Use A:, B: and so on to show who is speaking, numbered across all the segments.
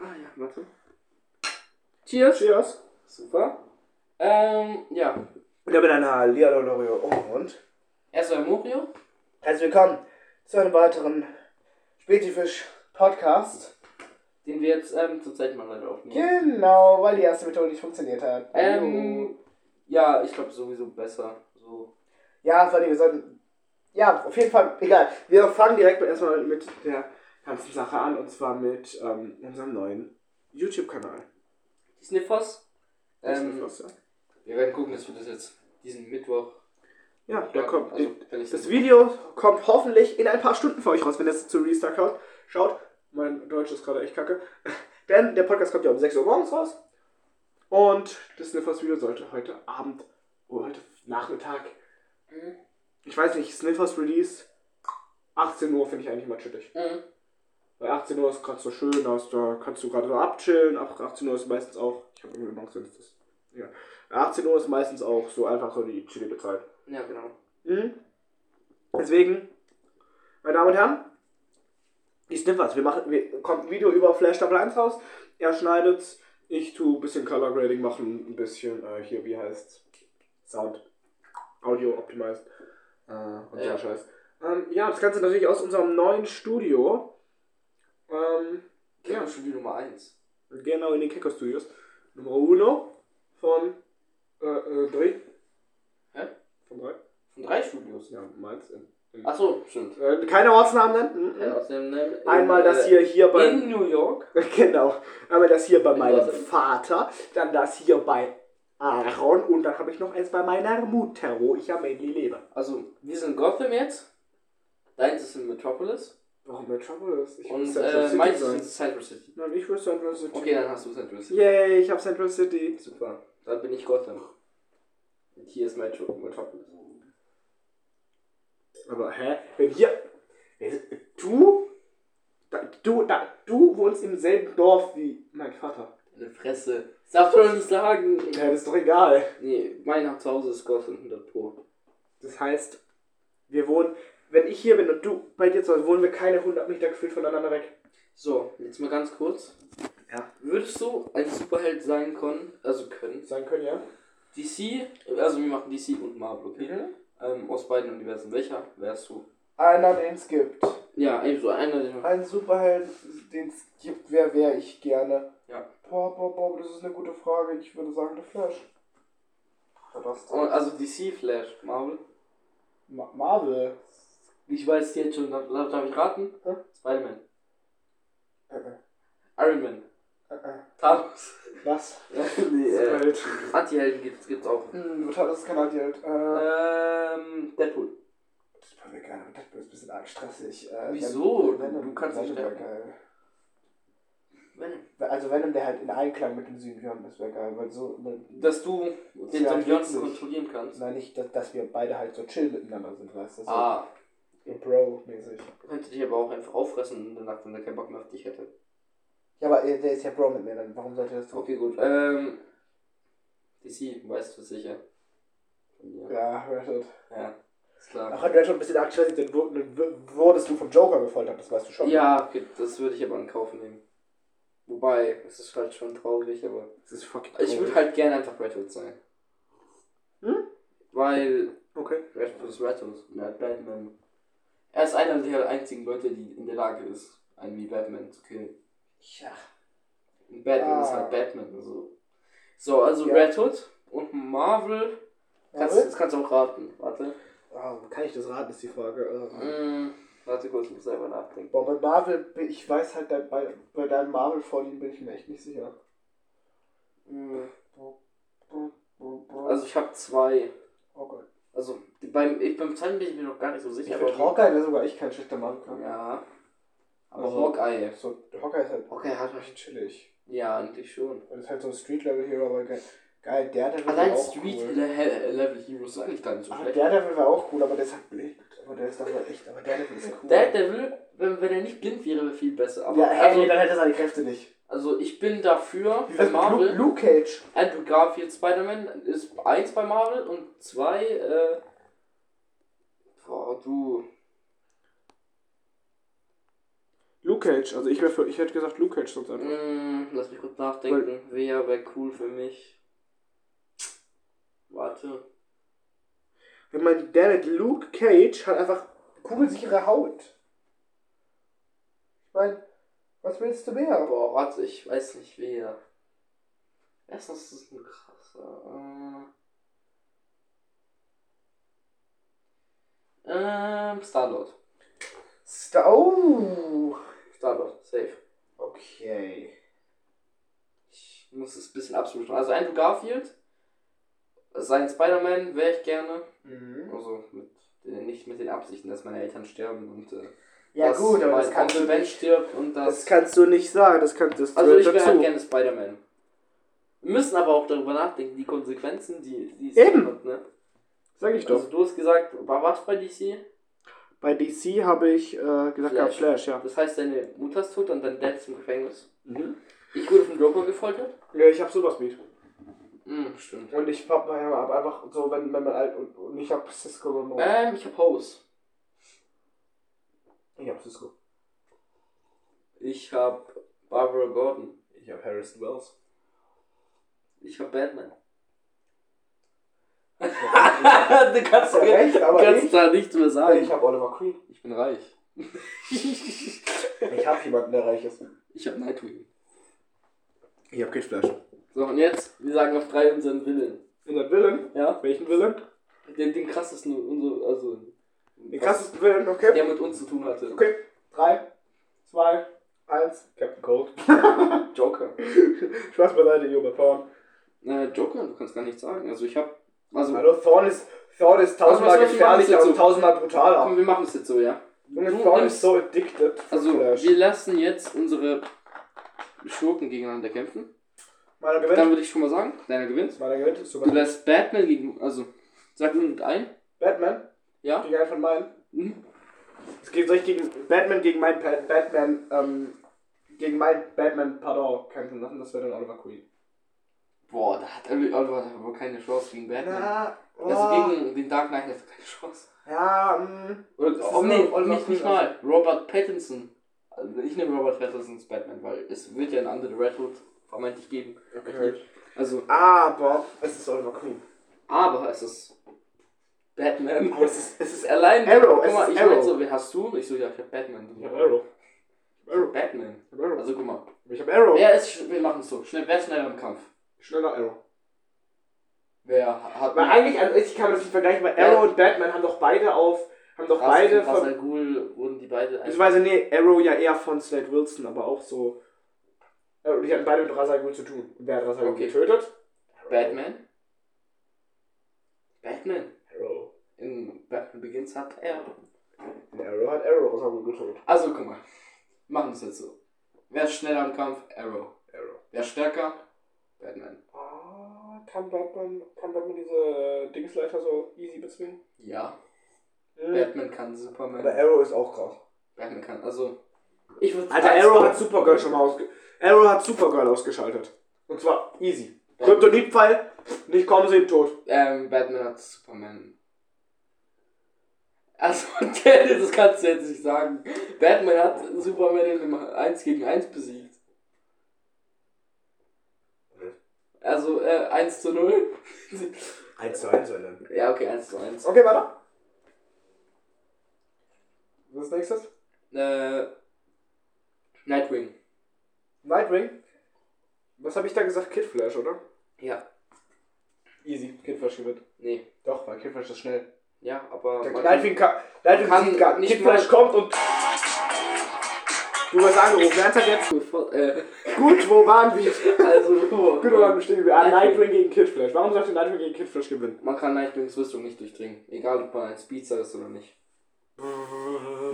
A: Ah,
B: warte.
A: Cheers.
B: Cheers. Super.
A: Ähm, ja.
B: Ja, mit einer Hallihallo Lorio. Oh, und?
A: Erstmal Murio.
B: Herzlich willkommen zu einem weiteren Spätifisch-Podcast.
A: den wir jetzt ähm, zur Zeit mal leider aufnehmen.
B: Genau, weil die erste Methode nicht funktioniert hat.
A: Ähm, ja, ich glaube sowieso besser. So.
B: Ja, vor allem, wir sollten. Ja, auf jeden Fall, egal. Wir fangen direkt mal erstmal mit der ganzen Sache an und zwar mit ähm, unserem neuen YouTube-Kanal.
A: Die Sniffers.
B: Disney
A: Ähm,
B: Plus, ja.
A: wir werden gucken, dass wir das jetzt diesen Mittwoch.
B: ja, da kommt.
A: Also, wenn ich
B: das Video kommt hoffentlich in ein paar Stunden für euch raus, wenn ihr es zu Restart schaut. Schaut, mein Deutsch ist gerade echt kacke. Denn der Podcast kommt ja um 6 Uhr morgens raus. Und das Sniffers Video sollte heute Abend oder heute Nachmittag.
A: Mhm.
B: Ich weiß nicht, Sniffers Release 18 Uhr finde ich eigentlich mal chillig.
A: Mhm.
B: Bei 18 Uhr ist gerade so schön aus, da kannst du gerade so abchillen. Ab 18 Uhr ist meistens auch. Ich habe irgendwie Angst, wenn es das. Ja. 18 Uhr ist meistens auch so einfach so die chillige Zeit.
A: Ja, genau.
B: Mhm. Deswegen, meine Damen und Herren, die Sniffers. Wir machen, wir, kommt ein Video über Flash Staffel 1 raus. Er schneidet's. Ich tu ein bisschen Color Grading machen, ein bisschen äh, hier, wie heißt Sound, Audio optimized äh, und so
A: Ja.
B: ein Scheiß. Ähm, ja, das Ganze natürlich aus unserem neuen Studio. Ähm,
A: Ja, schon die Nummer 1.
B: Genau, in den Kecker Studios. Nummer uno von äh, äh, drei.
A: Hä?
B: Von drei?
A: Von drei Studios.
B: Ja, meins. In, in,
A: Achso, stimmt.
B: äh, keine Ortsnamen nennen? Mhm.
A: Ja, aus dem, ähm,
B: Einmal
A: äh,
B: das hier, hier bei.
A: In New York.
B: Genau. Einmal das hier bei
A: In
B: meinem
A: Deutschland.
B: Vater, dann das hier bei Aaron und dann habe ich noch eins bei meiner Mutter, wo ich ja mainly lebe.
A: Also, wir sind Gotham jetzt. Deins ist in Metropolis.
B: Warum Metropolis? Ich
A: und äh, meins ist in Central City.
B: Nein, ich will Central City.
A: Okay, dann hast du Central City.
B: Yay, ich habe Central City.
A: Super. Dann bin ich Gotham. Und hier ist Metro Metropolis.
B: Aber hä? Wenn hier. Äh, Du? Da, du, da, du wohnst im selben Dorf wie mein Vater.
A: Eine Fresse. Das darfst du doch nicht sagen.
B: Ja, das ist doch egal.
A: Nee, mein Zuhause ist Gotham 100 Pro.
B: Das heißt, wir wohnen. Wenn ich hier bin und du bei dir zu Hause, wohnen wir keine 100 Meter gefühlt voneinander weg.
A: So, jetzt mal ganz kurz.
B: Ja.
A: Würdest du ein Superheld sein können, also können?
B: Sein können, ja?
A: DC, also wir machen DC und Marvel, okay? Ähm, aus beiden Universen. Welcher wärst du?
C: Einer, den es gibt.
A: Ja, eben so einer, der.
C: Ein Superheld, den es gibt, wer wäre ich gerne?
A: Ja.
C: Boah, boah, boah, das ist eine gute Frage. Ich würde sagen, der Flash. Verdammt.
A: Und- Also DC, Flash, Marvel.
C: Ma Marvel.
A: Ich weiß jetzt schon, darf, darf ich raten?
C: Ja.
A: Spider-Man.
C: Äh, äh,
A: Iron Man.
C: äh, äh.
A: Thanos.
C: Was?
A: nee, äh,
B: Halt.
A: Anti-Helden gibt's, gibt's auch.
C: Hm, total, das ist kein Adielt. Äh,
A: Ähm, Deadpool.
C: das wäre gerne. Das ist ein bisschen arg stressig. Äh,
A: Wieso?
C: Venom-
A: Du kannst nicht
C: Venom wär
A: sterben.
C: geil.
A: Wenn.
C: Also Venom, der halt in Einklang mit dem Symbion, das wäre geil, weil so... Ne,
A: Dass du den
C: Ja,
A: Symbionten
C: witzig.
A: kontrollieren kannst.
C: nein, nicht, dass, dass wir beide halt so chill miteinander sind, weißt du? So
A: Ah,
C: Bro-mäßig.
A: könnte dich aber auch einfach auffressen in der Nacht, wenn er keinen Bock mehr auf dich hätte.
C: Ja, aber äh, der ist ja Bro mit mir, dann warum sollte das tun?
A: Okay, gut. Ähm, DC, weißt du sicher. Ja,
C: Ja, Ratchet.
A: ja ist klar.
B: Auch wenn Ratchet ein bisschen arg stressig dann wur- dann wur- wurdest du vom Joker gefoltert, das weißt du schon.
A: Ja, okay, das würde ich aber in Kauf nehmen. Wobei, es ist halt schon traurig, aber.
B: Das ist fucking
A: Ich würde halt gerne einfach Rattled sein.
B: Hm?
A: Weil
B: Okay.
A: Rattled ist Rattled. Ja, ne, Batman. Er ist einer der einzigen Leute, die in der Lage ist, einen wie Batman zu killen.
C: Ja.
A: Und Batman
C: Ah.
A: ist halt Batman. So, so also
C: Ja.
A: Red Hood und Marvel. Kannst,
C: Marvel?
A: Das kannst du auch raten. Warte.
C: Oh,
B: Ah, kann ich das raten, ist die Frage. Ähm,
A: Mm, warte kurz, ich muss selber nachdenken.
C: Boah, bei Marvel, bin- ich weiß halt, bei, bei deinem Marvel-Vorlieben bin ich mir echt nicht sicher.
A: Mm,
C: Also,
A: also ich habe zwei.
C: Hawkeye.
A: Also beim, ich, beim zweiten bin ich mir noch gar nicht so
C: Ich
A: sicher.
C: finde, Hawkeye wäre sogar echt kein schlechter Marvel. Ja.
A: ja. Aber
C: Also-
A: Hawkeye.
C: So, Hawkeye ist halt
A: Hawkeye hat
C: echt chillig.
A: Ja, eigentlich schon.
C: Und ist halt so ein Street-Level-Hero, aber geil. Geil, Daredevil
A: Allein
C: wäre auch
A: Street äh,
C: cool.
A: Le- Level Heroes ist eigentlich gar nicht so
C: Ah,
A: schlecht.
C: Daredevil wäre auch cool, aber der ist halt blind. Aber der ist aber echt, aber Daredevil ist cool.
A: Daredevil, wenn, wenn er nicht blind wäre, wäre viel besser. Aber
C: ja, hey,
A: also,
C: dann hätte er seine Kräfte nicht.
A: also ich bin dafür,
C: Wie wär's mit Lu-
A: Marvel.
C: Luke Cage?
A: Andrew Garfield Spider-Man ist eins bei Marvel und zwei, äh. Boah, du.
B: Luke Cage, also ich, wär für, ich hätte gesagt Luke Cage sozusagen.
A: Mm, lass mich kurz nachdenken. Wer wäre cool für mich? Warte.
B: Wenn man David Luke Cage hat einfach.
C: Kugelsichere Haut. Ich meine, was willst du mehr?
A: Boah, warte, ich weiß nicht wer. Erstens ist es ein krasser. äh, Ähm, Starlord.
C: Star oh.
A: Starlord, safe.
C: Okay.
A: Ich muss es ein bisschen abswitchen. Also Andrew Garfield, sein Spider-Man wäre ich gerne.
C: Mhm.
A: Also mit, äh, nicht mit den Absichten, dass meine Eltern sterben und äh,
C: Ja
A: dass
C: gut, aber
A: mein
C: das kannst
A: Onkel
C: du
A: Ben
C: nicht.
A: stirbt und
B: Das
A: das.
B: kannst du nicht sagen, das kannst du
A: also ich wäre halt gerne Spider-Man. Wir müssen aber auch darüber nachdenken, die Konsequenzen, die, die es
B: Eben.
A: hat, ne?
B: Sag ich doch.
A: Also du hast gesagt, war was bei DC?
B: Bei DC habe ich äh, gesagt, gehabt, Flash, ja.
A: Das heißt, deine Mutter ist tot und dein Dad ist im Gefängnis. Ich wurde vom Joker gefoltert.
B: Ja, ich habe sowas mit.
A: Hm, stimmt.
B: Und ich hab, ja, hab einfach so, wenn, wenn man alt und, und ich hab Cisco genommen.
A: Ähm, ich hab Hose.
B: Ich hab Cisco.
A: Ich hab Barbara Gordon.
B: Ich hab Harrison Wells.
A: Ich hab Batman. du kannst,
B: Ja, recht, aber
A: kannst
B: ich-
A: da nichts mehr sagen.
B: Ich hab Oliver Queen.
A: Ich bin reich.
B: Ich hab jemanden, der reich ist.
A: Ich hab Nightwing.
B: Ich hab kein Flash.
A: So, und jetzt, wir sagen auf drei unseren Willen.
B: Unseren Willen?
A: Ja?
B: Welchen Willen?
A: Den, den krassesten, unser, also.
B: Den krassesten Willen, okay?
A: Der mit uns zu tun hatte.
B: Okay. Drei, zwei, eins. Captain Cold.
A: Joker.
B: Spaß beiseite, Junge. Thorn.
A: Äh, Joker, du kannst gar nichts sagen. Also, ich hab. Also,
B: Hallo, Thorn ist, Thorn ist tausendmal
A: Was muss ich machen?
B: gefährlicher
A: Ist jetzt
B: und
A: so.
B: tausendmal brutaler.
A: komm, wir machen es jetzt so, ja?
B: Junge,
A: Du
B: Thorn
A: nimmst-
B: ist so addicted. von
A: Also,
B: Flash.
A: wir lassen jetzt unsere Schurken gegeneinander kämpfen.
B: Meiner
A: Dann
B: gewinnt.
A: würde ich schon mal sagen, deiner gewinnt.
B: Meiner gewinnt. Ist
A: Du
B: sogar
A: lässt Batman gegen. Also, sag nun ein.
B: Batman.
A: Ja?
B: Gegen einen von meinen.
A: Mhm.
B: Es geht soll ich gegen Batman gegen mein Pa- Batman, ähm, gegen mein Batman Pardon kämpfen lassen, das wäre dann Oliver Queen.
A: Boah, da hat Oliver aber keine Chance gegen Batman.
B: Ja, oh,
A: Also gegen den Dark Knight hat er keine Chance.
B: ja, mm,
A: Oder,
B: Das ist
A: oh, nee,
B: so-
A: nicht, nicht mal. Robert Pattinson. Also ich nehme Robert Pattinsons Batman, weil es wird ja einen anderen Red Hood vermeintlich geben.
B: okay.
A: Also,
B: Aber es ist Oliver Queen.
A: aber es ist Batman.
B: Aber es ist, es ist
A: Allein,
B: Arrow,
A: guck
B: es
A: mal,
B: ist
A: ich
B: Arrow.
A: meinte so, wer hast du? Und ich so, ja, ich hab Batman.
B: Ich hab Arrow. Ich hab Arrow.
A: Batman.
B: Ich hab Arrow.
A: Also guck mal.
B: Ich hab Arrow.
A: Wer ist, sch- wir machen es so. Schnell, wer ist schneller im Kampf?
B: Schneller Arrow.
A: Wer hat
B: Weil eigentlich, also ich kann das nicht vergleichen, weil Arrow und Batman haben doch beide auf, haben doch beide
A: von...
B: von,
A: Ras Al Ghul wurden die beide...
B: beziehungsweise nee, Arrow Also ja eher von Slade Wilson, aber auch so, Arrow- die hatten beide mit Rasagul zu tun. Wer hat Rasagul
A: Okay.
B: getötet?
A: Batman? Batman?
B: Arrow.
A: In Batman Begins hat er.
B: Und Arrow hat Arrow aus dem getötet.
A: Also guck mal, machen es jetzt so. Wer ist schneller im Kampf? Arrow.
B: Arrow.
A: Wer ist stärker? Batman.
B: Ah, kann Batman, kann Batman diese Dingsleiter so easy bezwingen?
A: Ja.
B: Mhm.
A: Batman kann Superman.
B: Aber Arrow ist auch krass.
A: Batman kann, also. Ich würde
B: Alter, Arrow hat Supergirl schon mal ausge Arrow hat Supergirl ausgeschaltet. Und zwar easy. Kryptonitpfeil, nicht kommen sie ihn tot.
A: Ähm, Batman hat Superman. Also, Kelly, das kannst du jetzt nicht sagen. Batman hat Superman in einem 1 gegen 1 besiegt. Also, äh, 1 zu 0.
B: 1 zu 1, dann.
A: ja, okay, 1 zu 1.
B: Okay, weiter. Was ist nächstes?
A: Äh, Nightwing.
B: Nightwing. Was habe ich da gesagt? Kid Flash, oder?
A: Ja.
B: Easy, Kid Flash gewinnt.
A: Nee.
B: Doch, weil Kid Flash ist schnell.
A: Ja, aber.
B: Der
A: man
B: Nightwing kann, Nightwing
A: kann
B: sieht gar
A: nicht
B: nicht. Kid Flash kommt und. Du wirst angerufen. Ernst hat jetzt.
A: kann- Bevor- Äh,
B: Gut, wo waren wir?
A: also, wo-
B: Gut, wo waren wir stehen? Wir Ah,
A: Nightwing.
B: Nightwing gegen Kid Flash. Warum sollte Nightwing gegen Kid Flash gewinnen?
A: man kann Nightwings Rüstung nicht durchdringen. Egal, ob man ein Speedster ist oder nicht.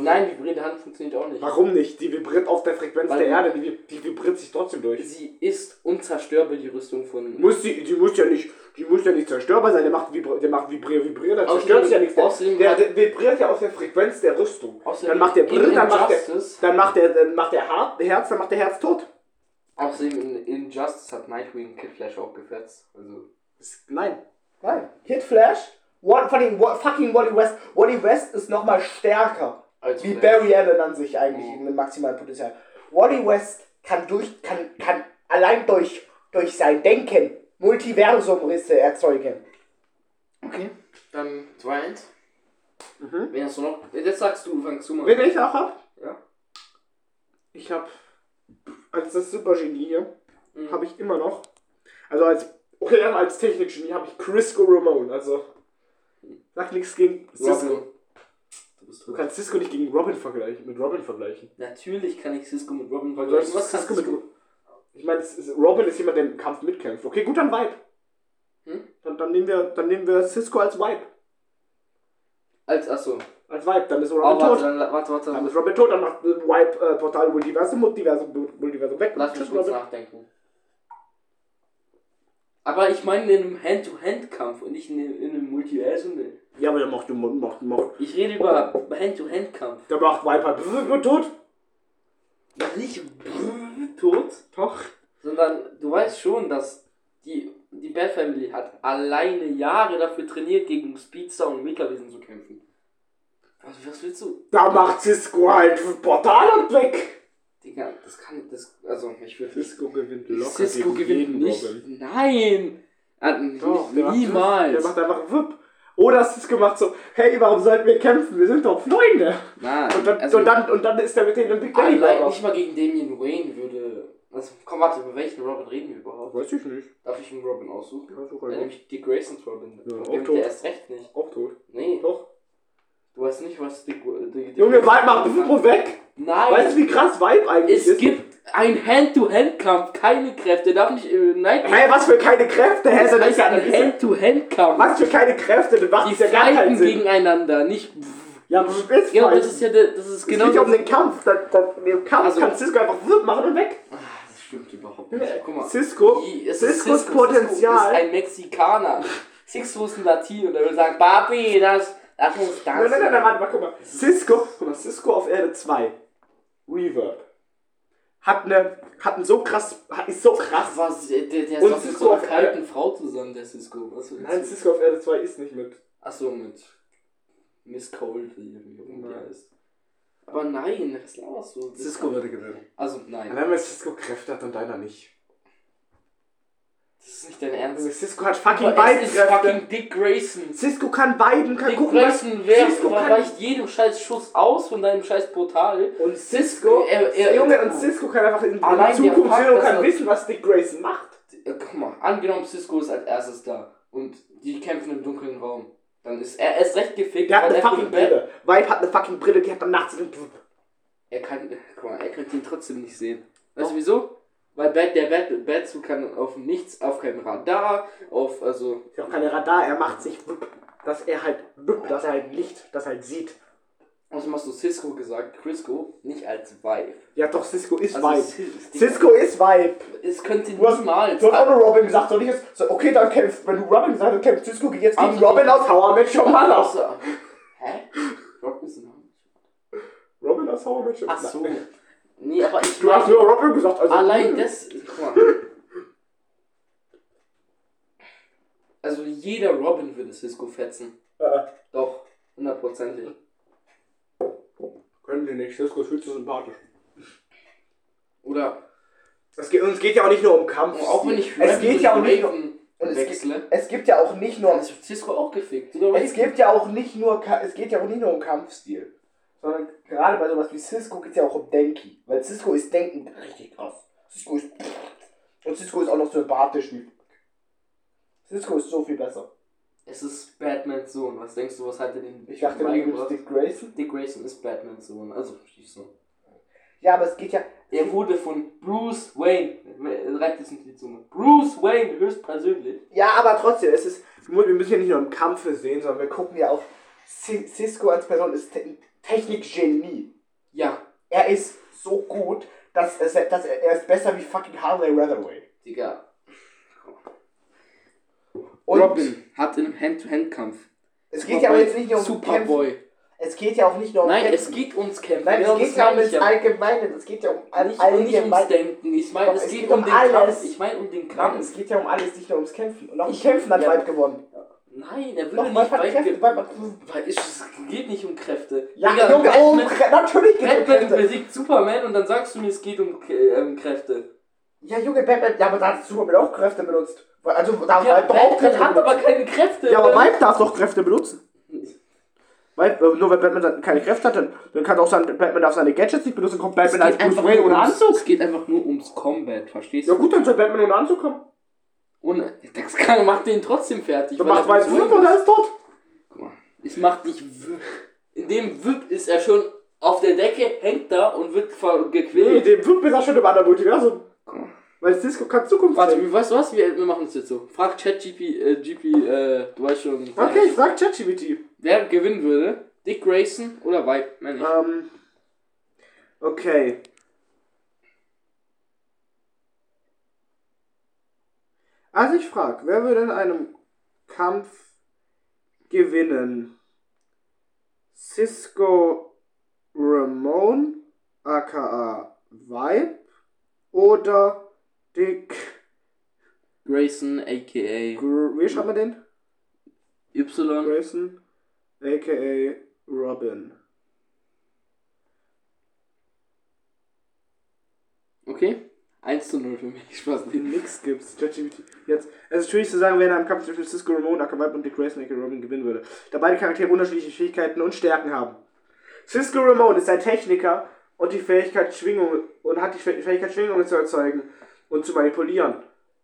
A: Nein, die vibrierende Hand funktioniert auch nicht.
B: Warum nicht? Die vibriert auf der Frequenz
A: Weil-
B: der Erde. Die, vib- die vibriert sich trotzdem durch.
A: Sie ist unzerstörbar, die Rüstung von.
B: Muss die, die muss ja nicht, die muss ja nicht zerstörbar sein. Der macht vibri der macht vibrier, vibrier, der
A: Außerdem-
B: zerstört ja nichts.
A: außerdem-
B: Der, der, der vibriert ja auf der Frequenz der Rüstung.
A: Außerdem
B: Dann macht der
A: in
B: Brille, dann macht der,
A: Injustice-
B: dann macht der, dann macht der Hart, Herz, dann macht der Herz tot.
A: Außerdem in Injustice hat Nightwing Kid Flash auch gefetzt. Also.
B: Nein. Nein. Hit Flash? Wa- Fucking, wa- fucking Wally West. Wally West ist nochmal stärker.
A: Als
C: Wie
A: Flash.
C: Barry Allen an sich eigentlich
A: Mhm.
C: mit maximalem Potenzial. Wally West kann durch, kann, kann allein durch, durch sein Denken Multiversumrisse erzeugen.
A: Okay, dann 2-1.
B: Mhm.
A: Wen hast du noch? Jetzt sagst du, fangst du mal.
B: Wen ich auch hab?
A: Ja.
B: Ich hab als das Supergenie hier,
A: Mhm.
B: habe ich immer noch. Also als okay, dann als Technikgenie habe ich Crisco Ramon, also sag nichts gegen Cisco.
A: Robin. Du bist
B: Du
A: tot.
B: kannst Cisco nicht gegen Robin vergleichen, mit Robin vergleichen.
A: Natürlich kann ich Cisco mit Robin
B: Du
A: vergleichen.
B: hast
A: Was
B: Cisco
A: kannst
B: mit
A: du?
B: Ich meine, es ist- Robin ist jemand, der im Kampf mitkämpft. Okay, gut, dann Vibe.
A: Hm?
B: Dann, dann nehmen wir dann nehmen wir Cisco als Vibe.
A: Als, achso.
B: Als Vibe, dann ist
A: Oh,
B: Robin
A: warte,
B: tot.
A: dann, warte, warte.
B: Dann ist Robin tot, dann macht ein Vibe äh, Portal Multiversum, Multiversum, Multiversum weg.
A: Lass
B: Tschüss,
A: mich kurz
B: Robin.
A: nachdenken. Aber ich meine in einem Hand-to-Hand-Kampf und nicht in einem, in einem Multiversum.
B: Ja, aber der macht, macht, macht.
A: Ich rede über Hand-to-Hand-Kampf.
B: Der macht Vibe halt tot.
A: Nicht tot,
B: Doch.
A: sondern du weißt schon, dass die, die Bad Family hat alleine Jahre dafür trainiert, gegen Speedster und Megawesen zu kämpfen. Also was willst du?
B: Da macht Cisco halt Portal und weg.
A: Digga, das kann, das, also ich will
B: Cisco gewinnt
A: Cisco gewinnt nicht. Nein! Ah,
B: Doch, der
A: nicht,
B: macht- Der
A: niemals!
B: macht einfach Wip. Oder Cisco macht so, hey, warum sollten wir kämpfen? Wir sind doch Freunde.
A: Nein,
B: Und dann,
A: also-
B: und dann, und dann ist er mit denen im Big Daddy
A: Allein
B: Burger.
A: nicht mal gegen Damien Wayne würde. Also, komm, warte, über welchen Robin reden wir überhaupt?
B: Weiß ich nicht.
A: Darf ich einen Robin aussuchen?
B: Ja, such
A: Dann
B: einen
A: nehme ich Dick Graysons Robin.
B: Ja,
A: Ja,
B: auch
A: Nimmt
B: tot.
A: der erst recht nicht.
B: aus. Auch tot.
A: Nee,
B: Doch.
A: du weißt nicht, was Dick. Dick, Dick
B: Junge, Vibe macht Wip und weg.
A: Nein!
B: Weißt du, wie krass Vibe eigentlich
A: es
B: ist?
A: gibt ein Hand-to-Hand-Kampf, keine Kräfte. Darf nicht. Äh, nein,
B: Hä, was für keine Kräfte? Hä,
A: das
B: so das
A: heißt
B: ist ja
A: ein Hand-to-Hand-Kampf.
B: Was für keine Kräfte? Das macht
A: Die
B: ja gar keinen
A: fighten
B: Sinn.
A: gegeneinander, nicht.
B: Ja, aber ist
A: Genau, das
B: fighten.
A: ist ja der, das ist
B: Es
A: genau
B: geht ja um
A: das.
B: den Kampf. Da, da, in dem Kampf
A: Also-
B: kann Cisco einfach Wirt machen und weg.
A: Ah, Das stimmt überhaupt nicht. Guck mal.
B: Cisco,
A: Die- es ist
B: Ciscos
A: Cisco. Cisco
B: Potenzial.
A: ist ein Mexikaner. Cisco ist ein Latino. Der würde sagen, Papi, das, lass uns
B: nein,
A: tanzen.
B: nein, nein, nein, warte mal, guck mal. Cisco, guck mal, Cisco auf Erde 2. Reverb. Hat eine, hat ein so krass, hat- ist so krass.
A: Ach, was, der, der ist
B: Und
A: doch mit
B: Cisco
A: so einer
B: auf-
A: kalten Frau zusammen, der Cisco. Was willst
B: Nein,
A: du?
B: Cisco auf Erde 2 ist nicht mit.
A: Achso, mit Miss Cold, wie
B: Nein.
A: der ist. Aber nein, das laberst du. Das kann-
B: würde gewinnen.
A: Also, nein.
B: Allein wenn Cisco Kräfte hat und deiner nicht.
A: Das ist nicht dein Ernst.
B: Cisco hat fucking
A: Aber
B: beiden
A: es ist
B: Kräfte.
A: fucking Dick Grayson.
B: Cisco kann beiden, kann
A: Dick
B: gucken, was.
A: Grayson wer,
B: Cisco kann-
A: weicht jedem scheiß Schuss aus von deinem scheiß Portal.
B: Und Cisco,
A: Er- er-
B: Junge, und Cisco kann einfach in, in
A: Allein der
B: Zukunft
A: Fakt,
B: sehen und
A: dass
B: kann
A: er-
B: wissen, was Dick Grayson macht.
A: Äh, guck mal, angenommen Cisco ist als erstes da und die kämpfen im dunklen Raum. Dann ist er erst recht gefickt.
B: Der hat
A: weil er
B: eine
A: von
B: fucking
A: Bad-
B: Brille. Vibe hat eine fucking Brille, die hat dann nachts den
A: Er kann, guck mal, er könnte ihn trotzdem nicht sehen. Weißt du wieso? Weil Bad, der Bad, Batsu kann auf nichts, auf kein Radar, auf, also,
B: Ist ja auch kein Radar, er macht sich wupp, dass er halt wupp, dass er halt Licht, dass er halt sieht.
A: außerdem hast du Cisco gesagt, Crisco, nicht als Vibe.
B: Ja doch, Cisco ist
A: Also
B: Vibe.
A: Cis-
B: Cisco ist Vibe.
A: Es könnte
B: Du hast,
A: niemals.
B: du hast auch nur Robin gesagt, soll ich jetzt. So, okay, dann kämpft, wenn du Robin gesagt hast, kämpft Cisco gegen jetzt gegen
A: Also-
B: Robin aus Hauer mit Your Mother.
A: außer, hä? Rock ist ein Name.
B: Robin aus Hauer mit Your
A: Ach so. Nee, aber ich
B: Du hast nur Robin gesagt, also.
C: Hm.
A: Allein das. Guck mal. Also jeder Robin würde Cisco fetzen.
B: Äh,
A: Doch, hundertprozentig.
B: können wir nicht, Cisco ist viel zu sympathisch.
A: Oder
B: Es geht, uns geht ja auch nicht nur um Kampf.
A: auch wenn ich
B: es geht ja auch nicht nur.
A: Raven
C: um- Und es
A: wechsle,
C: Es gibt ja auch nicht nur
B: um
A: dann ist Cisco auch gefickt. Oder
C: Es gibt ja auch nicht nur, Ka- es geht ja auch nicht nur um Kampfstil, sondern gerade bei sowas wie Cisco geht es ja auch um Denki, weil Cisco ist Denken richtig krass. Cisco ist und Cisco ist auch noch sympathisch. wie- Cisco ist so viel besser.
A: es ist Batmans Sohn. Was denkst du, was hat er den
C: Ich dachte, du bist Dick Grayson.
A: Dick Grayson ist Batmans Sohn. Also Stiefsohn.
C: Ja, aber es geht ja,
A: Er wurde von Bruce Wayne, reicht es nicht die Zunge, Bruce Wayne höchstpersönlich.
B: Ja, aber trotzdem, es ist. Wir müssen ja nicht nur im Kampf sehen, sondern wir gucken.
C: gucken ja auch, C- Cisco als Person ist Te- ein Technikgenie.
A: Ja,
C: Er ist so gut, dass, es, dass er, er ist besser wie fucking Harley Hathaway.
A: Digga,
C: Und
A: Robin hat in einem Hand-to-Hand-Kampf.
C: es geht ja aber jetzt nicht nur um Kämpfen.
A: Superboy.
C: Es geht ja auch nicht nur um
A: Nein,
C: Kämpfen.
A: es geht ums Kämpfen.
C: Nein,
A: Genau,
C: es geht
A: das
C: ja um
A: meine ich
C: das Allgemeine, es geht ja um all-
A: Nicht, nicht ums
C: Allgemeine.
A: Denken. Ich meine,
C: Doch,
A: es, geht um den
C: alles.
A: Kampf. Ich meine um den
C: Nein,
A: Kampf.
C: es geht ja um alles, nicht nur ums Kämpfen. Und auch im
A: Ich-
C: Kämpfen hat
A: ja.
C: Vibe gewonnen.
A: Nein, er würde
C: Doch,
A: nicht
C: man hat Kräfte,
A: weit
C: man hat
A: Weil es es geht nicht um Kräfte.
C: Ja,
A: Digga,
C: Junge, oh,
A: Batman,
C: Krä- natürlich geht's um
A: Batman
C: Kräfte.
A: besiegt Superman und dann sagst du mir, es geht um K- ähm, Kräfte.
C: Ja, Junge, Batman, ja, aber da hat Superman auch Kräfte benutzt. Weil- Also, da
A: Ja,
C: hat doch auch
A: Batman
C: Kräfte
A: hat
C: benutzt.
A: aber keine Kräfte.
B: Ja, aber
A: weil-
B: Mike darf doch Kräfte benutzen. Weil, äh, nur weil Batman dann keine Kräfte hat, dann, dann kann auch sein, Batman darf seine Gadgets nicht benutzen, kommt
A: Es
B: Batman als
A: geht
B: Bruce
A: einfach
B: Wayne
A: nur
B: ohne
A: ums-
B: Anzug.
A: Es geht einfach nur ums Combat, verstehst
B: Ja
A: du?
B: gut, dann soll Batman ohne Anzug kommen.
A: Ohne, das kann, macht den trotzdem fertig.
B: Dann
A: weil
B: macht
A: er
B: Weiß
A: Bruce Wayne
B: 5 und
A: ist.
B: dann ist tot.
A: Guck mal, es macht dich wüpp. In dem Wüpp ist er schon auf der Decke, hängt da und wird ver-
B: Nee,
A: gequält.
B: den 5 ist er schon im anderen Multiversum.
A: Guck mal.
B: Weil Cisco kann Zukunft
A: Warte,
B: sehen.
A: wie- weißt du was? Wir, wir machen es jetzt so. Frag ChatGP, äh, GP, äh, du weißt schon.
B: Okay, ich frag ChatGPT.
A: Wer gewinnen würde? Dick Grayson oder Vibe? Nein, nicht.
B: Ähm. Okay. Also ich frag, wer würde in einem Kampf gewinnen? Cisco Ramon aka Vibe oder Dick
A: Grayson, aka
B: Gr Wie schreibt man den?
A: Y.
B: Grayson, aka Robin.
A: Okay? 1 zu 0 für mich. Spaß nicht.
B: Nix gibt's. ChatGPT. Jetzt. Es ist schwierig zu sagen, wer in einem Kampf zwischen Cisco Ramon, Akavibe und Dick Grayson, aka Robin gewinnen würde. Da beide Charaktere unterschiedliche Fähigkeiten und Stärken haben. Cisco Ramon ist ein Techniker und die Fähigkeit Schwingung und hat die Fäh- Fähigkeit Schwingungen zu erzeugen und zu manipulieren.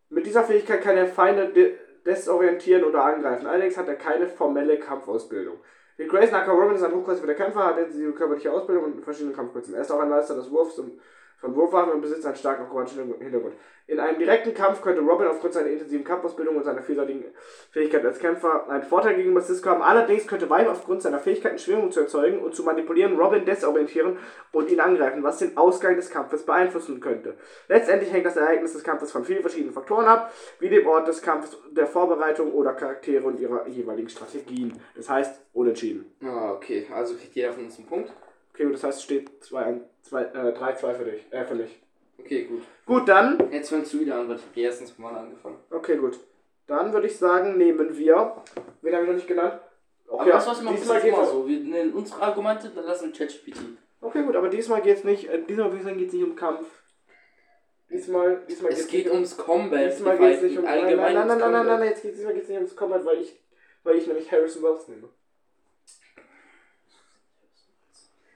B: Mit dieser Fähigkeit kann er Feinde de desorientieren oder angreifen. Allerdings hat er keine formelle Kampfausbildung. Dick Grayson aka Robin ist ein hochklassiger Kämpfer, hat intensive körperliche Ausbildung und verschiedene Kampfkünste. Er ist auch ein Meister des Wurfs und von Wurfwaffen und besitzt einen starken akrobatischen Hintergrund. In einem direkten Kampf könnte Robin aufgrund seiner intensiven Kampfausbildung und seiner vielseitigen Fähigkeit als Kämpfer einen Vorteil gegenüber Cisco haben. Allerdings könnte Vibe aufgrund seiner Fähigkeiten Schwingung zu erzeugen und zu manipulieren Robin desorientieren und ihn angreifen, was den Ausgang des Kampfes beeinflussen könnte. Letztendlich hängt das Ereignis des Kampfes von vielen verschiedenen Faktoren ab, wie dem Ort des Kampfes, der Vorbereitung oder Charaktere und ihrer jeweiligen Strategien. Das heißt, unentschieden.
A: Ah, okay. Also kriegt jeder von uns einen Punkt.
B: Okay, gut, das heißt, es steht 3-2 zwei, äh, 3-2 für dich. Äh, für mich.
A: Okay, gut.
B: Gut, dann
A: Jetzt fängst du wieder an, weil ich hab erstens mal angefangen.
B: Okay, gut. Dann würde ich sagen, nehmen wir. Wen habe ich noch nicht genannt? Okay,
A: Aber das, was wir machen, ist
B: diesmal
A: jetzt
B: geht's
A: immer so. Wir nennen unsere Argumente, dann lassen wir ChatGPT.
B: Okay, gut, aber diesmal geht's nicht. Äh, diesmal würde ich sagen, geht's nicht um Kampf. Diesmal, diesmal
A: Es geht
B: nicht um
A: ums Combat.
B: Diesmal
A: die
B: geht's
A: beiden.
B: nicht um. Nein,
A: allgemein.
B: nein, nein, nein,
A: ums
B: nein, nein,
A: Combat.
B: nein, jetzt geht's, diesmal geht's nicht ums Combat, weil ich, weil ich nämlich Harrison Wells nehme.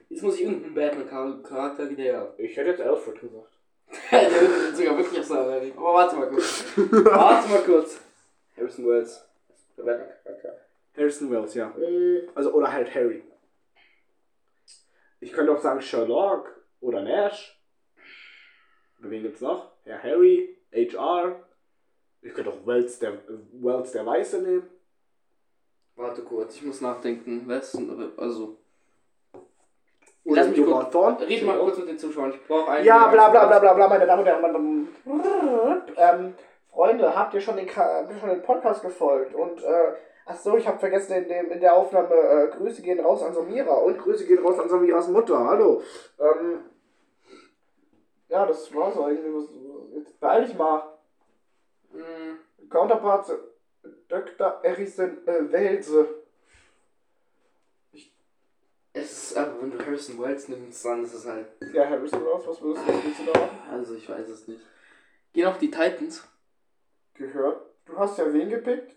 A: Jetzt muss ich irgendeinen Batman-Charakter wieder.
B: Ich hätte jetzt Alfred gesagt.
A: Der würde sogar wirklich auf seiner Seite. Aber warte mal kurz. warte mal kurz. Harrison Wells. Der Batman-Charakter.
B: Harrison Wells, ja.
A: Äh.
B: Also, oder halt Harry. Ich könnte auch sagen Sherlock oder Nash. Wen gibt's noch? Herr Harry, HR. Ich könnte auch Wells der, Wells der Weiße nehmen.
A: Warte kurz, ich muss nachdenken. Wer ist denn. Also.
B: Oder
A: Lass mich
B: Gilmore Thorne.
A: Red mal kurz mit den Zuschauern. Ich brauche einen.
C: Ja, bla bla bla bla bla, meine Damen und Herren. meine Damen- Ähm, Freunde, habt ihr schon den, Ka- habt ihr schon den Podcast gefolgt? Und, äh, ach so, ich habe vergessen, in, dem, in der Aufnahme, äh, Grüße gehen raus an Samira. Und,
B: Und Grüße gehen raus an Samias Mutter. Hallo. Ähm,
C: ja, das war's eigentlich. Was- Jetzt beeil dich mal.
A: Mm,
C: Counterparts, äh, Dr. Erison äh, Welse.
A: Es ist aber, wenn du Harrison Wells nimmst, dann ist es halt.
C: Ja, Harrison Ross, was würdest du, was willst du da machen?
A: Also, ich weiß es nicht. Gehen auf die Titans.
C: Gehört. Du hast ja wen gepickt?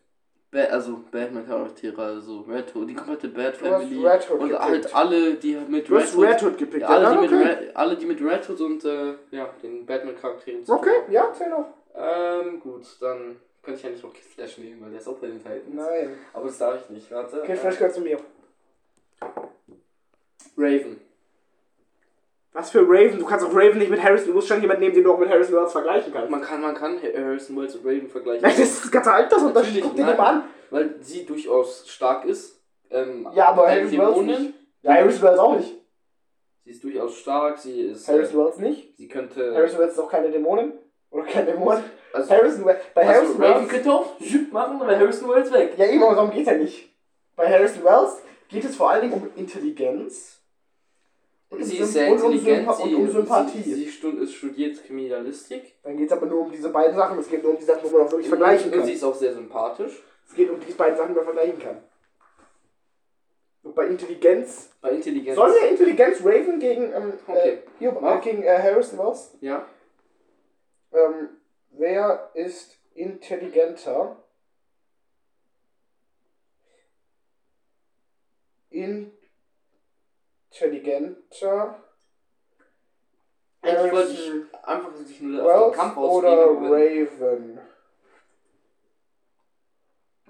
A: Ba also Batman-Charaktere, also Red Hood, die komplette
C: Du hast
A: Bat-Family.
C: Red Hood
A: Und
C: gepickt.
A: halt alle, die mit
B: du hast Red Hood
A: Ja,
B: gepickt.
A: alle,
B: ja,
A: die mit
C: Ah,
B: okay.
A: Red, alle, die mit Red Hood und äh, ja, den Batman-Charakteren zu tun
B: Okay.
A: haben.
C: Ja, zähl auf.
A: Ähm, gut, dann könnte ich ja nicht noch Kid Flash nehmen, weil der ist auch bei den Titans.
C: Nein.
A: Aber das darf ich nicht, warte.
C: Okay,
A: Äh,
C: vielleicht gehört zu mir.
A: Raven.
B: Was für Raven? Du kannst auch Raven nicht mit Harrison. Du musst schon jemanden nehmen, den du auch mit Harrison Wells vergleichen kannst.
A: Man kann, man kann Harrison Wells und Raven
B: Nein, das
A: vergleichen,
B: ist ein ganzer Altersunterschied.
A: Natürlich,
B: Guck dir
A: nein.
B: den mal an.
A: weil sie durchaus stark ist. Ähm,
C: Ja, aber
A: gegen
C: Harrison Wells
A: Dämonen.
C: nicht. Ja, Harrison Wells auch nicht.
A: Sie ist durchaus stark, sie ist.
C: Harrison
A: Äh,
C: Wells nicht.
A: sie könnte.
C: Harrison Wells ist auch keine Dämonen. Oder keine Dämonen.
A: also,
C: Harrison Wells. Bei
A: also
C: Harrison
A: Raven
C: Wells.
A: könnte auch Jup machen, aber Harrison Wells weg.
C: Ja, eben, aber darum geht ja nicht. Bei Harrison Wells geht es vor allen Dingen um Intelligenz. Und um
A: Sie
C: Symp-
A: ist sehr
C: und um
A: intelligent.
C: Sympa-
A: sie-
C: und um Sympathie.
A: Sie, sie stu- ist studiert Kriminalistik.
C: Dann geht es aber nur um diese beiden Sachen. Es geht nur um die Sachen, wo man auch wirklich
A: Und-
C: vergleichen
A: Und sie
C: kann.
A: ist auch sehr sympathisch.
D: Es geht um die beiden Sachen, die man vergleichen kann. Und bei Intelligenz.
A: Bei Intelligenz.
D: Soll der Intelligenz Raven gegen, ähm,
A: Okay.
D: äh, Hiob,
A: Ja.
D: äh, gegen äh, Harrison was?
A: Ja.
D: Ähm,
B: Wer ist intelligenter? Intelligenter
A: Eigentlich wollte
B: Harrison
A: ich einfach sich nur auf den
B: Wells
A: Kampf
B: Äh, oder
A: ausgeben. aber
B: Raven?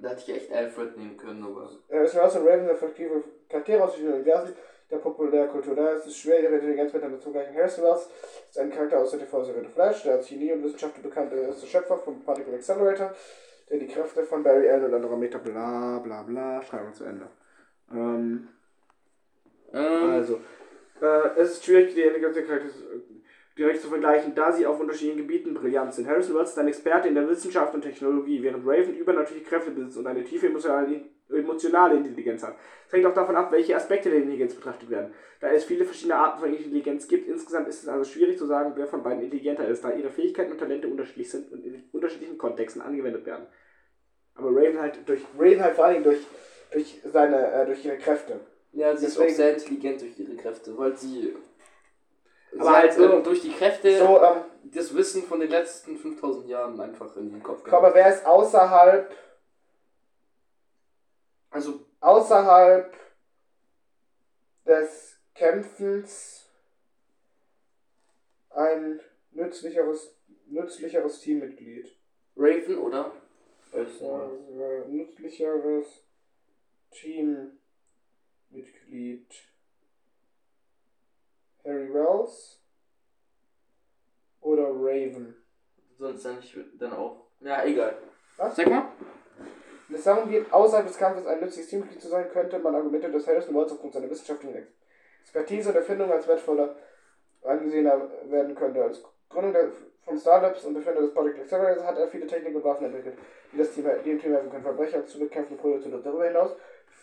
A: Da hätte ich echt Alfred nehmen können, aber.
B: Harrison Wells und Raven sind effektive Charaktere aus verschiedenen Universen der Populärkultur. Daher ist es schwer, ihre Intelligenz miteinander zu vergleichen. Harrison Wells ist ein Charakter aus der TV-Serie The Flash, der als Genie und Wissenschaftler bekannt ist. Er ist der Schöpfer von Particle Accelerator, der die Kräfte von Barry Allen und anderer Meta bla bla bla. Schreiben wir zu Ende.
D: ähm,
A: Ähm,
D: also. Äh, es ist schwierig, die Intelligenz der Charaktere äh, direkt zu vergleichen, da sie auf unterschiedlichen Gebieten brillant sind. Harrison Wells ist ein Experte in der Wissenschaft und Technologie, während Raven übernatürliche Kräfte besitzt und eine tiefe emotionale, emotionale Intelligenz hat. Es hängt auch davon ab, welche Aspekte der Intelligenz betrachtet werden. Da es viele verschiedene Arten von Intelligenz gibt, insgesamt ist es also schwierig zu sagen, wer von beiden intelligenter ist, da ihre Fähigkeiten und Talente unterschiedlich sind und in unterschiedlichen Kontexten angewendet werden. Aber Raven halt durch
B: Raven halt vor allen Dingen durch, durch, seine, äh, durch ihre Kräfte.
A: ja, sie ist auch
B: deswegen-
A: sehr intelligent durch ihre Kräfte, weil sie.
D: Aber
A: sie
D: halt
A: hat,
D: so-
A: ähm, durch die Kräfte
B: So, ähm,
A: das Wissen von den letzten 5000 Jahren einfach in den Kopf gehabt.
B: aber wer ist außerhalb,
A: Also,
B: außerhalb des Kämpfens ein nützlicheres, nützlicheres Teammitglied?
A: Raven oder?
B: Ja, äh, nützlicheres Teammitglied Harry Wells oder Raven.
A: Sonst dann, ich dann auch. Ja, egal.
B: Was?
A: Sag mal.
B: Wenn es darum geht, außerhalb des Kampfes ein nützliches Teammitglied zu sein, könnte man argumentieren, dass Harrison Wells aufgrund seiner wissenschaftlichen Ex- Expertise und Erfindung als wertvoller angesehener werden könnte. Als Gründer der, von Startups und Befinder des Project Accelerators hat er viele Techniken und Waffen entwickelt, die das Team, dem Team helfen können, Verbrecher zu bekämpfen und Produkte. Darüber hinaus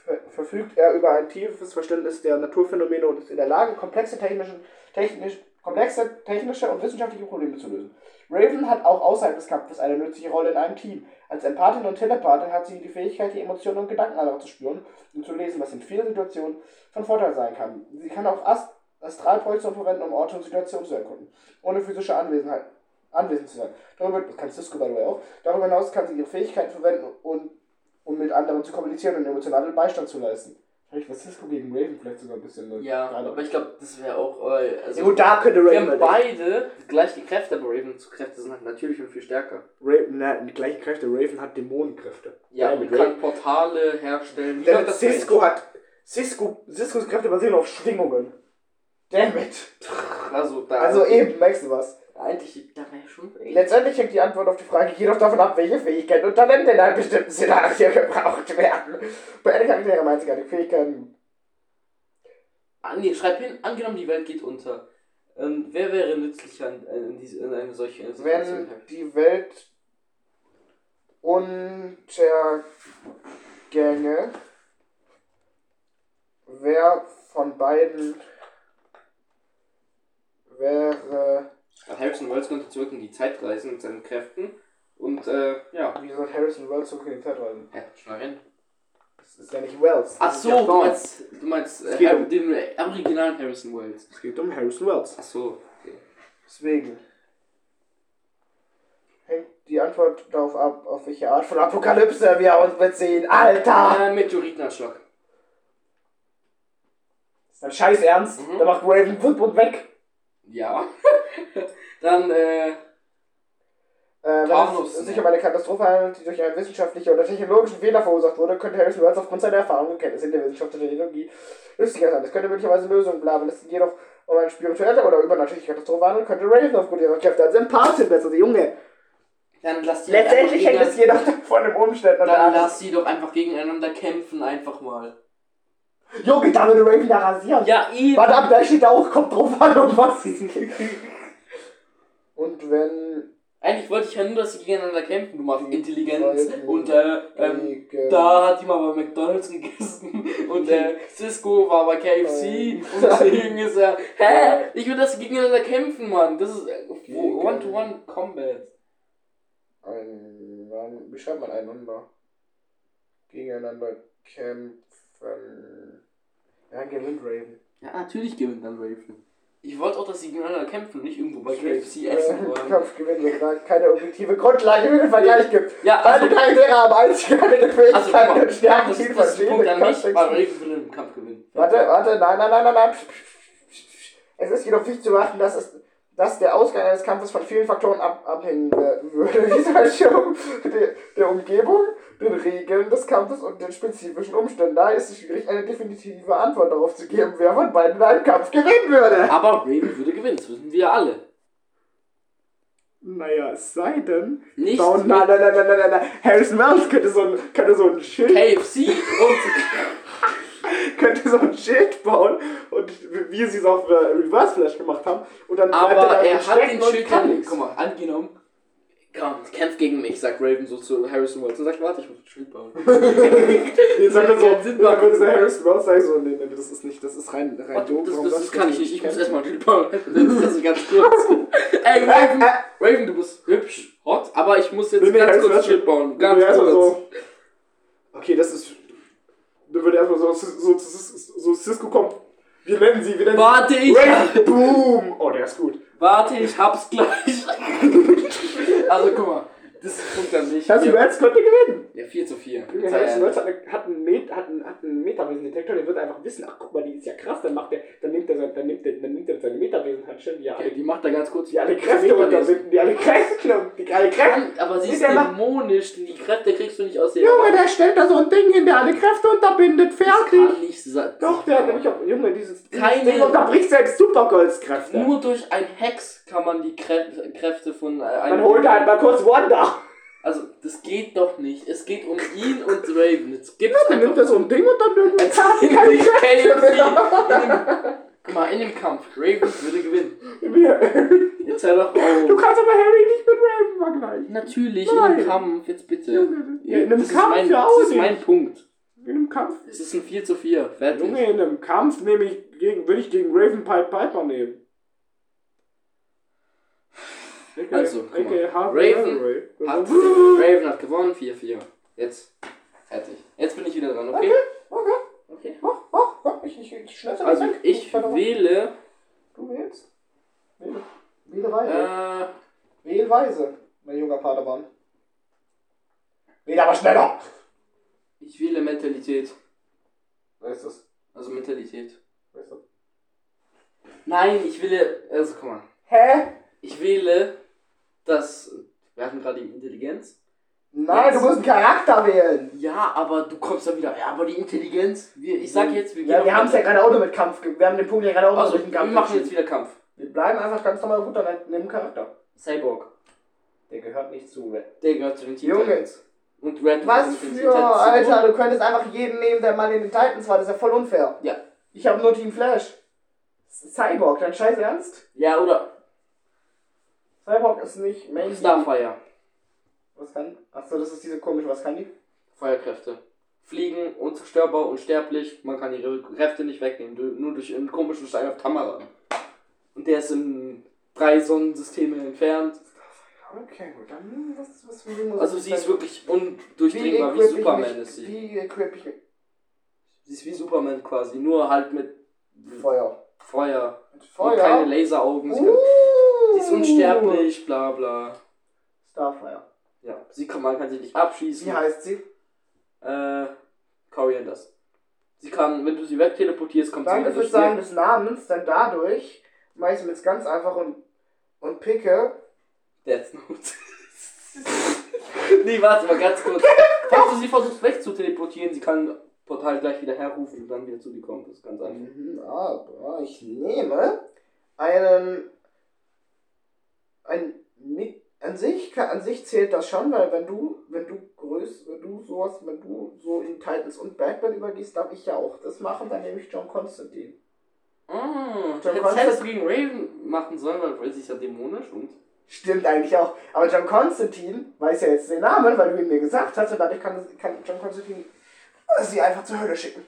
B: ver verfügt er über ein
D: tiefes Verständnis der Naturphänomene und
B: und ist in der Lage, komplexe, technischen, technisch, komplexe technische und wissenschaftliche Probleme zu lösen. Raven hat auch außerhalb des Kampfes eine nützliche Rolle in einem Team. Als Empathin und Telepathin hat sie die Fähigkeit, die Emotionen und Gedanken anderer zu spüren und zu lesen, was in vielen Situationen von Vorteil sein kann. Sie kann auch Ast Astralprojektion verwenden, um Orte und Situationen zu erkunden, ohne physische Anwesenheit anwesend zu sein. Darüber, das kann Cisco by the way auch. Darüber hinaus kann sie ihre Fähigkeiten verwenden, um, um mit anderen zu kommunizieren und emotionalen Beistand zu leisten. Vielleicht war Cisco gegen Raven vielleicht sogar ein bisschen... ne, eine
A: Ja,
B: geile-
A: aber ich glaube, das wäre auch. äh, Also,
D: Ja, gut, da könnte Raven.
A: wir haben
D: halt
A: beide gleiche Kräfte, aber Ravens Kräfte sind halt natürlich und viel stärker.
D: Raven, na, die gleichen Kräfte. Raven hat Dämonenkräfte.
A: Ja,
D: mit
A: man
D: Raven.
A: kann Portale herstellen. Ich glaub,
D: Denn
A: das
D: Cisco hat. Cisco, Ciscos Kräfte basieren auf Schwingungen. Damn it.
A: wär- Also, da
B: Also
D: eh-
B: eben, merkst du was?
A: Eigentlich, da wäre schon.
B: Letztendlich hängt die Antwort auf die Frage jedoch davon ab, welche Fähigkeiten und Talente in einem bestimmten Szenario gebraucht werden. Bei einem Charakter haben einzigartige Fähigkeiten.
A: Ange Ah, schreib hin, angenommen, die Welt geht unter. Ähm, wer wäre nützlicher in, äh, in, diese, in eine solche Situation?
B: Wenn die Welt untergänge, wer von beiden wäre,
A: Harrison Wells könnte zurück in die Zeit reisen mit seinen Kräften. Und, äh, ja.
B: wie gesagt, Harrison Wells zurück in die Zeit reisen.
A: Hä, schon rein.
B: Das ist ja nicht Wells.
A: Ach
D: ist
A: so,
D: ja
A: du
D: Thor.
A: meinst, du meinst
D: Es
A: äh,
D: geht
A: Har-
D: um-
A: den äh, originalen Harrison Wells.
D: Es geht um Harrison Wells.
A: Ach so.
B: Deswegen hängt die Antwort darauf ab, auf welche Art von Apokalypse wir uns beziehen. Alter!
A: Äh, Meteoritenanschlag.
B: Ist dein Scheiß ernst?
A: Mhm.
B: Da macht Raven wupp und weg.
A: Ja. Dann, äh,
B: Äh, wenn
A: Thanos,
B: es sich
A: ne?
B: um eine Katastrophe handelt, die durch einen wissenschaftlichen oder technologischen Fehler verursacht wurde, könnte Harrison Wells aufgrund seiner Erfahrungen und Kenntnisse in der Wissenschaft und Technologie nützlicher sein. Es könnte möglicherweise Lösungen bleiben. Es geht jedoch um eine spirituelle oder übernatürliche Katastrophe handelt, könnte Raven aufgrund ihrer Kräfte als Empathin besser, Junge.
A: dann lass die
B: Letztendlich hängt es
A: hier.
B: jedoch von den Umständen und der
A: Dann
B: Art-
A: lass sie doch einfach gegeneinander kämpfen, einfach mal.
B: Junge, da würde Raven da rasieren.
A: Ja, eben.
B: Warte ab, da steht auch, kommt drauf an, um was es geht. Und wenn
A: Eigentlich wollte ich ja nur, dass sie gegeneinander kämpfen. Du machst
B: Die
A: Intelligenz
B: wollten-
A: und äh, ähm,
B: gegen
A: da hat die mal bei McDonalds gegessen und äh, Cisco war bei KFC
B: Ähm.
A: und deswegen ist er, hä? Ich will, dass sie gegeneinander kämpfen, Mann. Das ist äh,
B: Gegen-
A: One-to-One-Combat.
B: ein Mann, wie schreibt man einander?
C: gegeneinander kämpfen. Ja, gewinnt Raven.
A: Ja, natürlich gewinnt dann Raven. Ich wollte auch, dass sie gegeneinander kämpfen, nicht irgendwo bei KFC essen
C: Äh,
A: wollen.
C: Kampf gewinnen, wenn gerade keine objektive Grundlage für den Vergleich gibt.
A: Ja,
C: Beide
A: also,
C: Charaktere haben einzig keine
A: also guck mal,
C: Fähigkeiten und
A: das,
C: Stärken,
A: das
C: die
A: ist der
C: verschiedene
A: Punkt an mich, aber
C: Kontexte.
A: Raven will im Kampf gewinnen.
C: Warte, warte, nein, nein, nein, nein, nein. Psch, psch, psch, psch. Es ist jedoch wichtig zu beachten, dass, es, dass der Ausgang eines Kampfes von vielen Faktoren ab, abhängen werden würde, wie zum Beispiel um, der, der Umgebung, den Regeln des Kampfes und den spezifischen Umständen. Daher ist es schwierig, eine definitive Antwort darauf zu geben, wer von beiden in einem Kampf gewinnen würde.
A: Aber Raven würde gewinnen, das wissen wir alle.
B: Naja, es sei denn.
A: Nicht
B: Oh, nein, nein, nein, nein, nein, nein. Harrison Wells könnte so ein, könnte so ein Schild.
A: KFC und
B: könnte so ein Schild bauen und wie sie es auf äh, Reverse Flash gemacht haben und dann bleibt
A: aber
B: da
A: er hat
B: stecken
A: den
B: und
A: Schild
B: kann
A: dann,
B: nichts.
A: guck mal, angenommen. Komm, kämpf gegen mich, sagt Raven so zu Harrison Wells und sagt, warte, ich muss ein Schild bauen.
B: Jetzt sagt er so,
A: keinen Sinn
B: dann
A: machen.
B: würde der Harrison Wells sagen so, nee, nee, das ist nicht, das ist rein, rein
A: Warte,
B: doof.
A: das,
B: warum
A: das, das kann ich nicht, ich muss
B: kennen?
A: erstmal ein Schild bauen. Das ist ganz kurz. Ey, Raven, Raven, du bist hübsch, hot, aber ich muss jetzt
B: Nee, nee,
A: ganz
B: Harrison
A: kurz ein
B: Wells-
A: Schild bauen. Ganz
B: Dann wäre
A: kurz.
B: erstmal so, okay, das ist, dann würde er erstmal so, so, so, so Cisco kommt, wir nennen sie, wir nennen
A: Warte,
B: sie.
A: ich,
B: Wait, boom! Oh, der ist gut.
A: warte, ich hab's gleich. also guck mal, das ist Punkt an mich.
B: Harrison
A: Ja,
B: Wells könnte gewinnen.
A: 4 zu 4.
B: Harrison Wells hat, eine- hat einen, Met, hat einen, hat einen Metawesen-Detektor, der wird einfach wissen, ach guck mal, die ist ja krass, dann macht er, dann nimmt er sein, dann nimmt er, dann nimmt er seine Metawesen-Handschellen, die ja alle
A: Okay, die macht da ganz kurz.
B: die alle Kräfte unterbinden, die alle Kräfte, um- die alle Kräfte.
A: Kann, aber sie
B: Ist
A: ist
B: der nach-
A: dämonisch, die Kräfte kriegst du nicht aus der.
B: Junge, der stellt da so ein Ding hin, der alle Kräfte unterbindet,
A: das kann
B: fertig.
A: nicht sein.
B: Doch, der hat nämlich auch, Junge, dieses, dieses
A: Keine-
B: Ding unterbricht selbst Supergirls Kräfte.
A: Nur durch ein Hex kann man die Krä Kräfte von äh, einem.
B: Dann holt er halt mal kurz Wanda.
A: Also, das geht doch nicht. Es geht um ihn und Raven. Jetzt gibt's
B: Dann nimmt er so ein Ding und dann irgendwie
A: In
B: keine
A: dem
B: Kräfte mehr.
A: KFC. Guck mal, in dem Kampf. Raven würde gewinnen.
B: Wir-
A: Jetzt hör doch
B: Du
A: auf.
B: kannst aber Harry nicht mit Raven vergleichen.
A: Natürlich, in
B: Nein.
A: dem Kampf, jetzt bitte.
B: Junge, in einem
A: das ist
B: Kampf
A: mein,
B: ja
A: Das
B: auch
A: ist mein
B: nicht.
A: Punkt.
B: In einem Kampf.
A: Es ist ein 4 zu 4. Fertig.
B: Junge, in einem Kampf nehme ich gegen, würde ich gegen Raven Pipe Piper nehmen. Okay,
A: Also, guck mal.
B: Harvey
A: Raven
B: Hathaway.
A: Hat,
C: Also,
A: Raven hat gewonnen, 4-4. Jetzt. Fertig. Jetzt bin ich wieder dran, okay?
C: Okay.
A: Okay.
C: Oh, oh, oh, ich, ich, ich schneide
A: Also ich wähle.
C: Du wählst. Wähl, wähle weise.
A: Äh,
C: Wähl weise, mein junger Padawan. Wähle aber schneller!
A: ich wähle Mentalität.
C: Wer ist das?
A: Also Mentalität.
C: Wer ist das?
A: Nein, ich wähle. Also guck mal.
C: Hä?
A: Ich wähle das. Wir hatten gerade die Intelligenz.
C: Nein, du musst einen Charakter wählen!
A: Ja, aber du kommst dann wieder. Ja, aber die Intelligenz. Wir, ich sag jetzt, wir gehen.
C: Ja,
A: auf-
C: wir haben es ja gerade auch noch mit Kampf. ge- Wir haben den Punkt ja gerade auch noch
A: Also,
C: durch den
A: wir
C: Kampf.
A: machen jetzt
C: entschieden.
A: wieder Kampf.
C: wir bleiben einfach ganz normal gut an dem Charakter.
A: Cyborg.
C: Der gehört nicht zu. Red.
A: Der gehört zu den Teen
C: Junge.
A: Titans. Und Red
C: Was
A: hat mit den Teen
C: für.
A: Titans zu tun.
C: Alter, du könntest einfach jeden nehmen, der mal in den Titans war. Das ist ja voll unfair.
A: Ja.
C: Ich habe nur Team Flash. Cyborg, dein Scheiß Ernst?
A: Ja, oder
C: Cyborg ist nicht Main.
A: Starfire.
C: Was kann? Achso, das ist diese komische, was kann die?
A: Feuerkräfte. Fliegen, unzerstörbar, unsterblich. Man kann ihre Kräfte nicht wegnehmen, du- nur durch einen komischen Stein auf Tamara. Und der ist in drei Sonnensysteme entfernt.
C: Okay, gut, dann was, was für Musik
A: Also sie ist wirklich undurchdringbar,
C: durchdringbar
A: wie Superman ist sie.
C: Wie equip ich mich?
A: Sie ist wie Superman quasi, nur halt mit
C: Feuer.
A: Feuer.
C: Mit
A: Und keine
C: Feuer?
A: Laseraugen. Sie, kann,
C: Uh.
A: sie ist unsterblich, bla bla.
C: Starfire.
A: Ja, sie kann, man kann sie nicht abschießen.
C: Wie heißt sie?
A: Äh, Corianders. Sie kann, wenn du sie wegteleportierst, kommt
C: Danke
A: sie wieder
C: fürs
A: zu dir.
C: Sagen des Namens, denn dadurch mache ich es mir jetzt ganz einfach und, und picke.
A: Death Note. nee, warte mal ganz kurz. Falls du sie versuchst wegzuteleportieren, sie kann Portal gleich wieder herrufen und dann wieder zu dir kommen. Das ist ganz einfach.
C: Mhm, aber ich nehme einen. Ein. Mi- An sich, kann- an sich zählt das schon, weil wenn du, wenn du größ, wenn du sowas, wenn du so in Titans und Batman übergehst, darf ich ja auch das machen, dann nehme ich John Constantine.
A: Ah,
C: Dann
A: hättest-
C: kannst
A: hättest du gegen Raven machen sollen, weil Raven ist ja dämonisch und.
C: Stimmt eigentlich auch. Aber John Constantine weiß ja jetzt den Namen, weil du ihn mir gesagt hast und dadurch kann, kann John Constantine sie einfach zur Hölle schicken.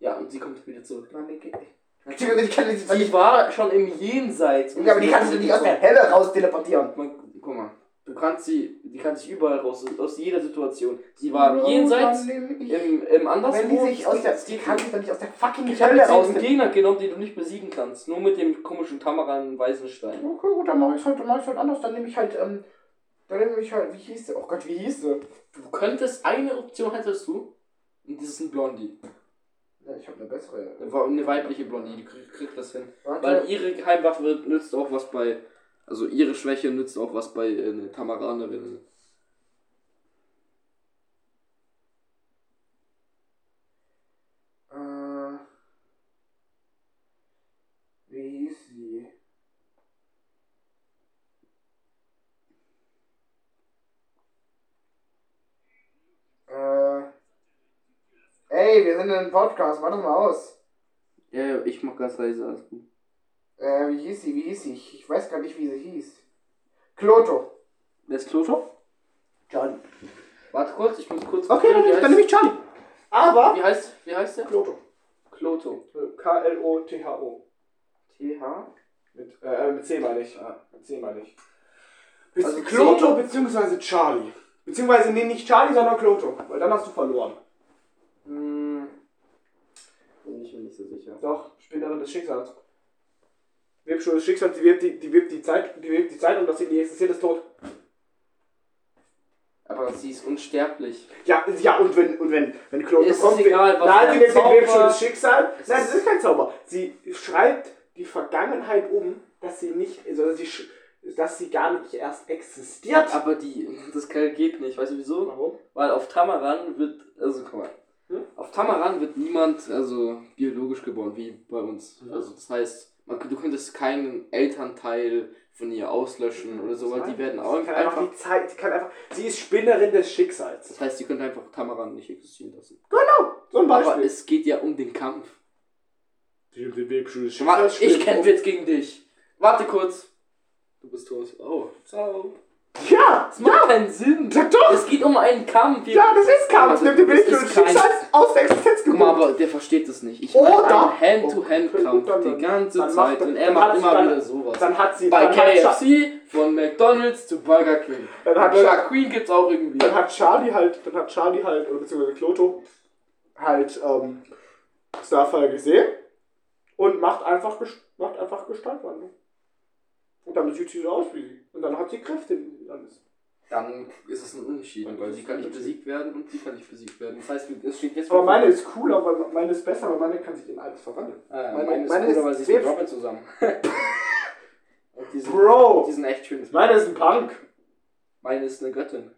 A: Ja, und sie kommt wieder zurück.
C: Nein, nee, geht nicht.
A: Natürlich.
C: Die kann nicht,
A: Sie war schon im Jenseits. und
C: Ja, aber die
A: ist
C: kannst du nicht aus der Hölle raus teleportieren.
A: Man, guck mal, du kannst sie, die Die kann sich überall raus, aus jeder Situation. Sie war im Jenseits, im, im
C: Wenn
A: Anderswo.
C: die sich aus der. Die
A: sie
C: kann
A: kann
C: sich doch nicht aus der fucking
A: ich habe
C: Hölle
A: jetzt
C: raus.
A: einen Gegner genommen, den du nicht besiegen kannst. Nur mit dem komischen Tamaran weißen Stein.
C: Okay, gut, dann mach ich's halt, dann mach ich's halt anders. Dann nehme ich halt, ähm. Dann nehme ich halt. Wie hieß der? Oh Gott, wie hieß der?
A: Du könntest, eine Option hättest du. Und das ist ein Blondie.
C: Ja, ich habe eine bessere.
A: Eine wei- eine weibliche Blondie, die kriegt, kriegt das hin.
C: Warte.
A: Weil ihre Geheimwaffe nützt auch was bei. Also ihre Schwäche nützt auch was bei äh, einer Tamaranerin.
C: Äh, wie hieß sie? Äh, ey, wir sind in einem Podcast, warte mal aus.
A: Ja, ja, ich mach ganz leise, alles gut.
C: Äh, wie hieß sie, wie hieß sie? Ich, ich weiß gar nicht, wie sie hieß. Kloto.
A: Wer ist Kloto?
C: John.
A: Warte kurz, ich muss kurz.
B: Okay, dann,
A: wie
B: nehm- dann nehme ich Charlie.
C: Aber...
A: Wie heißt, wie heißt der?
B: Kloto.
A: Kloto.
B: K-L-O-T-H-O.
A: TH.
B: Mit, äh, mit C meine ich.
A: Ah.
B: Mit C meine ich. Bis
A: Also
B: Kloto beziehungsweise Charlie. Beziehungsweise, nee, nicht Charlie, sondern Kloto. Weil dann hast du verloren.
A: Hm. Bin ich mir nicht so sicher.
B: Doch, Spinnerin des Schicksals. Webschule des Schicksals, die wirbt die, die, wirbt die Zeit, die wirbt die Zeit und dass sie nie existiert, ist tot.
A: Aber sie ist unsterblich.
B: Ja, ja, und wenn, und wenn, wenn Kloto
A: Ist es
B: kommt,
A: egal, was für
B: nein, sie
A: ein
B: wird den
A: Zauber-
B: Webschule des Schicksals.
A: Es
B: Nein,
A: ist-
B: das ist kein Zauber. Sie schreibt die Vergangenheit um, dass sie nicht, also sie, sch- dass sie gar nicht erst existiert.
A: Aber die, das kann- geht nicht. Weißt du wieso?
B: Warum?
A: Weil auf Tamaran wird, also guck mal,
B: Hm?
A: auf Tamaran wird niemand also biologisch geboren wie bei uns.
B: Mhm.
A: Also das heißt, man, du könntest keinen Elternteil von ihr
B: Mhm.
A: auslöschen oder so, weil die werden auch
B: Sie kann einfach
A: einfach.
B: die Zeit, sie kann einfach, sie ist Spinnerin des Schicksals.
A: Das heißt, sie könnte einfach Tamaran nicht existieren lassen.
B: So ein
A: Aber
B: Beispiel.
A: es geht ja um den Kampf.
B: Die die Webschule des
A: Warte, ich
B: stimmt.
A: kämpfe jetzt gegen dich. Warte kurz. Du bist tot. Oh, ciao.
B: Ja,
A: Das macht keinen Sinn.
B: sag doch.
A: Es geht um einen Kampf.
B: ja, das ist Chaos.
A: Also,
B: Nimm die
A: das
B: Webschule des
A: ist kein-
B: Schicksals aus der Existenz
A: Guck mal,
B: geboren.
A: aber der versteht das nicht. Ich
B: Oder-
A: mache einen
B: Oh, Okay,
A: Hand-to-Hand-Kampf
B: gut, dann-
A: die ganze
B: dann macht
A: Zeit
B: er-
A: und er
B: dann
A: macht
B: hat-
A: immer
B: dann-
A: wieder sowas.
B: Dann hat sie
A: Bei
B: dann hat Scha-
A: KFC, von McDonalds zu Burger King.
B: Dann hat-
A: Burger Queen gibt's auch irgendwie.
B: Dann hat Charlie halt, dann hat Charlie halt, oder beziehungsweise Kloto, halt ähm, Starfire gesehen und macht einfach, Gest- macht einfach Gestaltwandlung. Und dann sieht sie so aus wie sie. Und dann hat sie Kräfte. wie sie dann ist.
A: Dann ist es ein Unentschieden,
B: Dann
A: weil
B: ist
A: sie
B: es
A: kann nicht
B: Unentschieden.
A: besiegt werden und sie kann nicht besiegt werden. Das heißt, es steht jetzt.
B: Aber meine ist cooler, weil meine ist besser, weil meine kann sich in alles verwandeln.
A: Ah,
B: meine-
A: meine, ist
B: meine
A: cooler,
B: ist
A: weil sie ist mit
B: sehr-
A: Robin zusammen. und die sind, die
B: Bro!
A: sind echt schön.
B: Meine ist ein Punk.
A: Meine ist eine Göttin.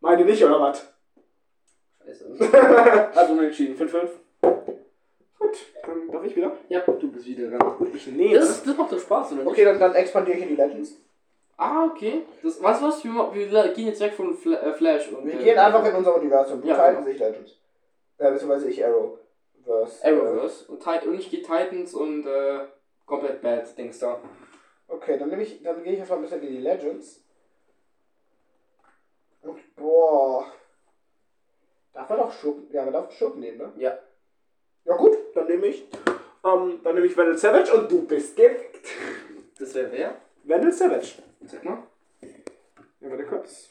B: Meine nicht, oder was?
A: Scheiße. also Unentschieden. 5-5.
B: Gut, dann darf ich wieder.
A: Ja, du bist wieder dran.
B: Gut, ich nehme.
A: Das, das macht doch Spaß, oder nicht?
C: Okay, dann, dann expandiere ich in die Legends.
A: Ah, okay. Das, was, was? Wir, ma- wir la- gehen jetzt weg von Fla äh, Flash. Und,
C: Wir
A: äh,
C: gehen einfach in unser Universum. Du
A: Ja,
C: teilst
A: genau.
C: sich Legends. Äh, beziehungsweise ich Arrow. Verse.
A: Arrowverse. Und, Ti- und ich gehe Titans und äh, komplett Bad Dings da.
C: Okay, dann nehme ich, dann gehe ich jetzt mal ein bisschen in die Legends. Und boah. Darf man doch Schuppen? Ja, man darf Schuppen nehmen, ne?
A: Ja.
C: Ja gut.
B: Dann nehme ich. Ähm, dann nehme ich Vandal Savage und du bist gefickt.
A: Das wäre wer?
B: Vandal Savage.
A: Sag mal.
B: Ja, warte kurz.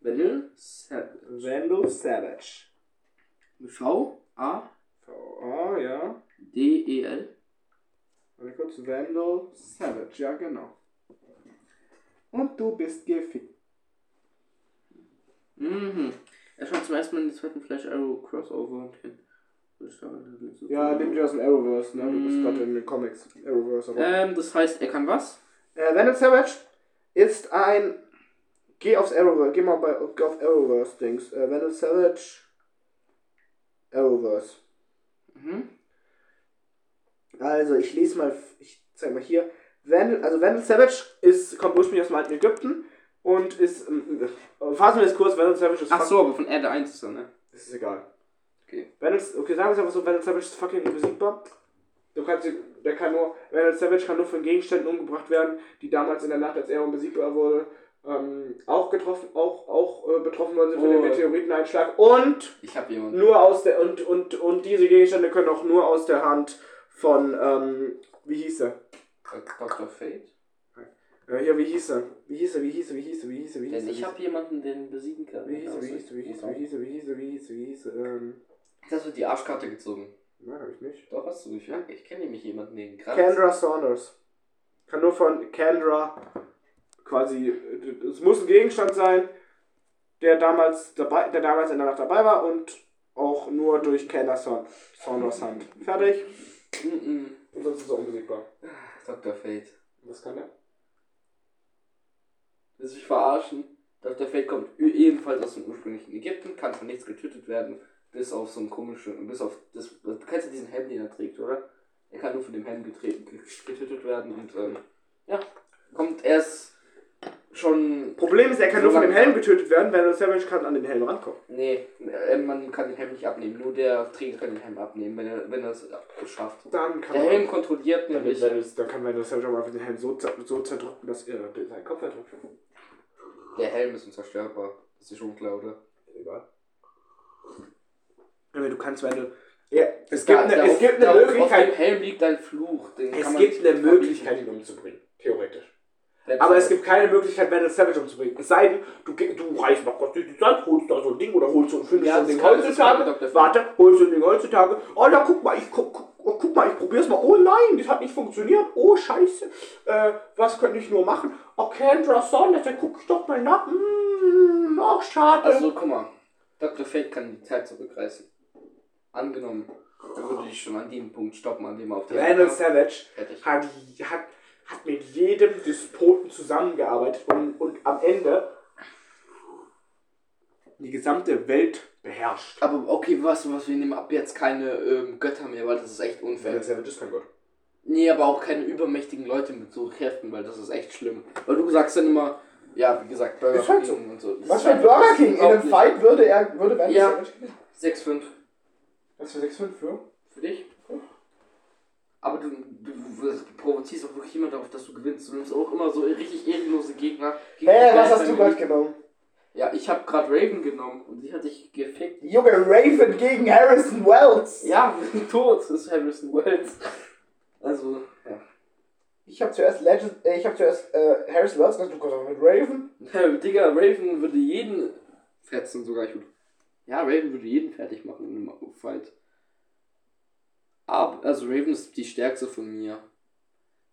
A: Vanille. Sa-
B: Vandal Savage.
A: V-A-D-E-L.
B: Oh, ja.
A: E?
B: Warte kurz, Vandal Savage, ja genau. Und du bist gefickt.
A: Mhm. Er schaut zum ersten Mal in den zweiten Flash Arrow Crossover und hin.
B: Ja, nimm dir aus dem Arrowverse, ne? Du bist
A: Mm.
B: gerade in den Comics. Arrowverse, aber.
A: Ähm, das heißt, er kann was?
B: Äh, Vandal Savage ist ein. Geh aufs Arrowverse, geh mal bei, geh auf Arrowverse-Dings. Äh, Vandal Savage. Arrowverse.
A: Mhm.
B: Also, ich lese mal, ich zeig mal hier. Vandal, also Vandal Savage ist, kommt ursprünglich aus dem alten Ägypten und ist. ähm, äh, Fassen wir das kurz, Vandal Savage ist
A: Ach so, aber von Erde 1 ist er, ne?
B: Das ist egal.
A: Okay.
B: Reynolds, okay, sagen wir es einfach so, Reynolds Savage ist fucking unbesiegbar. Du kannst, der kann nur, Reynolds Savage kann nur von Gegenständen umgebracht werden, die damals in der Nacht, als er unbesiegbar wurde, ähm, auch getroffen, auch, auch äh, betroffen worden sind von
A: Oh.
B: dem Meteoriteneinschlag und
A: Ich hab jemanden.
B: nur aus der, und, und, und diese Gegenstände können auch nur aus der Hand von, ähm, wie hieß er?
A: Dr. Fate?
B: Äh, hier, wie hieß er? Wie hieß er, wie hieß er, wie hieß er, wie hieß er, wie hieß
A: Denn
B: er?
A: ich
B: wie
A: habe jemanden, den besiegen kann.
B: hieß er, wie hieß er, wie hieß er, wie hieß er, wie hieß er, wie hieß er, wie hieß er, ähm,
A: Das wird die Arschkarte gezogen.
B: nein, hab ich nicht.
A: Doch, hast du nicht, ja? Ich kenne nämlich jemanden, den gerade.
B: Kendra Saunders. Kann nur von Kendra quasi, äh, es muss ein Gegenstand sein, der damals dabei, der damals in der Nacht dabei war und auch nur durch Kendra Saun- Saunders Hand. Fertig.
A: Mhm.
B: Und sonst ist er unbesiegbar.
A: Dr. Fate.
B: Was kann der?
A: Willst du mich verarschen? Dr. Fate kommt ü- ebenfalls aus dem ursprünglichen Ägypten, kann von nichts getötet werden, bis auf so einen komischen, bis auf das, du kennst ja diesen Helm, den er trägt, oder? Er kann nur von dem Helm getreten, getötet werden und, ähm, ja, kommt erst schon,
B: Problem ist, er kann nur von dem Helm getötet werden, wenn er Savage kann an den Helm rankommt.
A: nee, äh, man kann den Helm nicht abnehmen, nur der Träger kann den Helm abnehmen, wenn er, wenn er es schafft.
B: Dann kann
A: Der Helm
B: man.
A: kontrolliert
B: Dann,
A: nämlich,
B: wenn, dann kann Venom Savage auch einfach den Helm so, zer- so zerdrücken, dass er seinen Kopf erdrückt.
A: der Helm ist unzerstörbar, das ist schon klar, oder?
B: Egal. Aber du kannst, wenn du. Ja, es
A: Da-
B: gibt eine,
A: da
B: es
A: auf-
B: gibt
A: da
B: eine
A: auf- Auf
B: Möglichkeit.
A: dem Helm liegt ein Fluch. Den kann
B: Es
A: man
B: gibt
A: nicht
B: eine
A: verbieten.
B: Möglichkeit, ihn umzubringen. Theoretisch.
A: Selbst-
B: Aber es gibt keine Möglichkeit, Venom Savage umzubringen. Es sei denn, du, ge- du reißt mal kurz durch die Zeit, holst da so ein Ding oder holst so ein findest
A: Ja,
B: so ein
A: das
B: Ding
A: kann- das
B: heutzutage.
A: kann Dr. Fate.
B: Warte, holst du ein Ding heutzutage. Oh, da guck mal, ich guck, guck, oh, guck mal, ich probier's mal. Oh nein, das hat nicht funktioniert. Oh, scheiße. Äh, was könnte ich nur machen? Oh, Kendra Saunders, dann guck ich doch mal nach. Hm, auch schade.
A: Also, guck mal. Dr. Fate kann die Zeit zurückreißen. Angenommen, er würde dich schon an dem Punkt stoppen, an dem er auf der
B: Randall Savage
A: Fertig.
B: hat, hat, hat mit jedem Despoten zusammengearbeitet und, und am Ende die gesamte Welt beherrscht.
A: Aber okay, was, was wir nehmen ab jetzt keine ähm, Götter mehr, weil das ist echt unfair.
B: Savage ist kein Gott.
A: Nee, aber auch keine übermächtigen Leute mit so Kräften, weil das ist echt schlimm. Weil du sagst dann immer, ja, wie gesagt, Burger
B: Ist halt so.
A: und so. Das
C: Was
A: ist
C: für ein
A: einfach
C: Burger King? In einem
A: unglaublich.
C: Fight würde er würde Venom
A: Ja.
C: Savage gewinnen.
A: 6-5.
C: Was für 6-5 für?
A: Für dich? Aber du, du, du provozierst auch wirklich jemand darauf, dass du gewinnst. Du nimmst auch immer so richtig ehrenlose Gegner.
C: Hä,
A: Gegner, die
C: was
A: gleich
C: hast
A: bei
C: du
A: mir
C: gerade
A: liegen.
C: genommen?
A: Ja, ich hab grad Raven genommen und die hat dich gefickt.
C: Junge, Raven gegen Harrison Wells.
A: Ja, tot ist Harrison Wells. Also, ja.
C: Ich habe zuerst Legend, äh, ich habe zuerst äh, Harrison Wells gesagt, du kommst auch mit Raven.
A: Hä, Digga, Raven würde jeden fetzen sogar. Ich würde, ja, Raven würde jeden fertig machen in einem Fight. Aber, also Raven ist die stärkste von mir.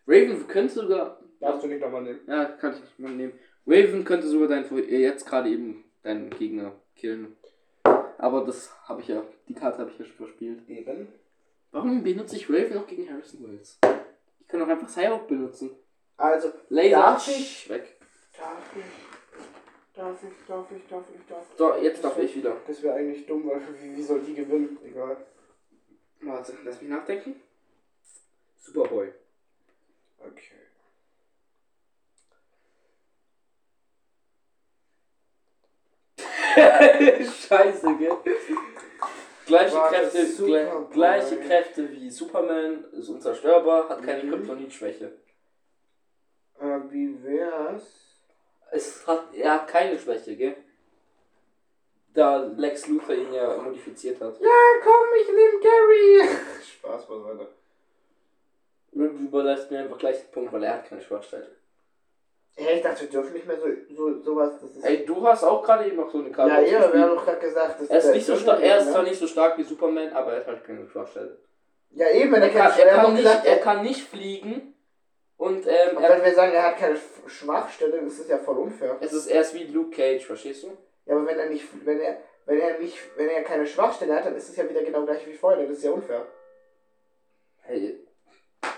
A: Raven könnte sogar
C: Darfst du nicht nochmal nehmen.
A: Ja, kann ich mal nehmen. Raven könnte sogar dein, vor- äh, jetzt gerade eben deinen Gegner killen. Aber das habe ich ja, die Karte habe ich ja schon verspielt.
C: Eben.
A: Warum benutze ich Raven noch gegen Harrison Wells? Ich kann auch einfach Cyborg benutzen.
C: Also,
A: Laser,
C: Darf ich?
A: weg.
C: darf ich, darf ich, darf ich, darf ich, darf ich.
A: So, jetzt darf ich wieder.
C: Das wäre eigentlich dumm, weil wie, wie soll die gewinnen? Egal.
A: Warte, lass mich nachdenken. Superboy.
C: Okay.
A: Scheiße, gell? Gleiche
C: War das
A: Kräfte,
C: Superboy?
A: gle- gleiche Kräfte wie Superman, ist unzerstörbar, hat keine
C: Mhm.
A: Kryptonit-Schwäche.
C: Äh, wie wär's?
A: Es hat, er hat keine Schwäche, gell? Da Lex Luthor ihn ja modifiziert hat. Ja.
C: komm, ich nehme Gary. Spaß beiseite.
A: Du überlässt mir einfach gleich den Punkt, weil er hat keine Schwachstelle.
C: Hey, ich dachte, wir dürfen nicht mehr so, so sowas. Das ist
A: Ey, du hast auch gerade eben noch so eine Karte.
C: ja, ja, wir haben
A: aufgespielt.
C: doch gerade gesagt, das
A: er ist,
C: das
A: nicht so
C: dürfen
A: stark,
C: wir
A: er ist
C: ne?
A: zwar nicht so stark wie Superman, aber er hat halt keine Schwachstelle.
C: Ja, eben, wenn
A: Er
C: er
A: kann, er
C: keine Schwäche
A: kann,
C: hat.
A: nicht,
C: gesagt,
A: er
C: er-
A: kann nicht fliegen und ähm,
C: Und wenn
A: er,
C: wir sagen, er hat keine Sch- Schwachstelle, dann ist das ja voll unfair.
A: es ist, er ist wie Luke Cage, verstehst du?
C: Ja, aber wenn er nicht, wenn er, wenn er nicht, wenn er keine Schwachstelle hat, dann ist es ja wieder genau gleich wie vorher, dann ist es ja unfair.
A: Hey.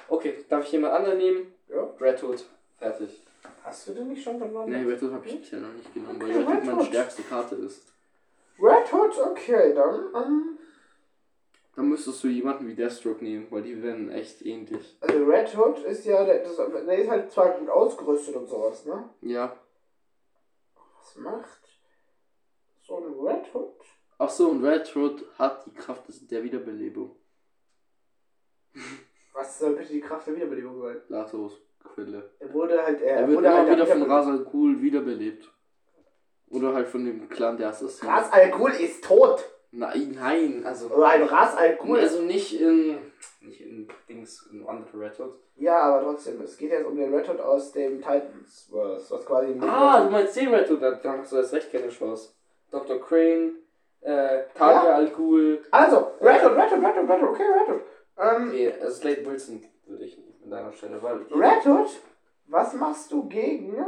A: Okay, darf ich jemand anderen nehmen?
C: Ja.
A: Red Hood. Fertig.
C: Hast du den nicht schon genommen?
A: Nee, Red Hood habe ich bisher noch nicht genommen, weil
C: Okay,
A: Red Hood
C: Red
A: meine
C: Hood.
A: stärkste Karte ist.
C: Red Hood, okay, dann, ähm,
A: Dann müsstest du jemanden wie Deathstroke nehmen, weil die werden echt ähnlich.
C: also Red Hood ist ja, der, das, der ist halt zwar gut ausgerüstet und sowas, ne?
A: Ja.
C: Was macht so ein Red Hood?
A: Achso, und Red Hood hat die Kraft des- der Wiederbelebung.
C: Was soll bitte die Kraft der Wiederbelebung sein?
A: Lazarus Quelle.
C: Er wurde halt, er,
A: Er wird
C: wurde
A: immer
C: halt
A: wieder von
C: wiederbelebt.
A: Rasal Ghul wiederbelebt. Oder halt von dem Clan der Assassinen.
C: Ras Al Ghul ist tot.
A: Nein, nein, also.
C: Oder halt ein Ras Al
A: Cool,
C: Ghul.
A: also nicht in. Nicht in Dings, in andere Red Hot.
C: Ja, aber trotzdem, es geht jetzt um den Red Hot aus dem Titans Wars, was quasi im
A: Ah, du meinst den Red Hood, dann hast du das recht keine Chance. Dr. Crane, äh, Talia
C: Ja.
A: Al Ghul,
C: Also, Red Hot, Red Hot, Red Hot, Red Hot, okay, Red Hot. Ähm,
A: nee, äh, Slade Wilson würde ich an deiner Stelle, weil.
C: Red Hood, was machst du gegen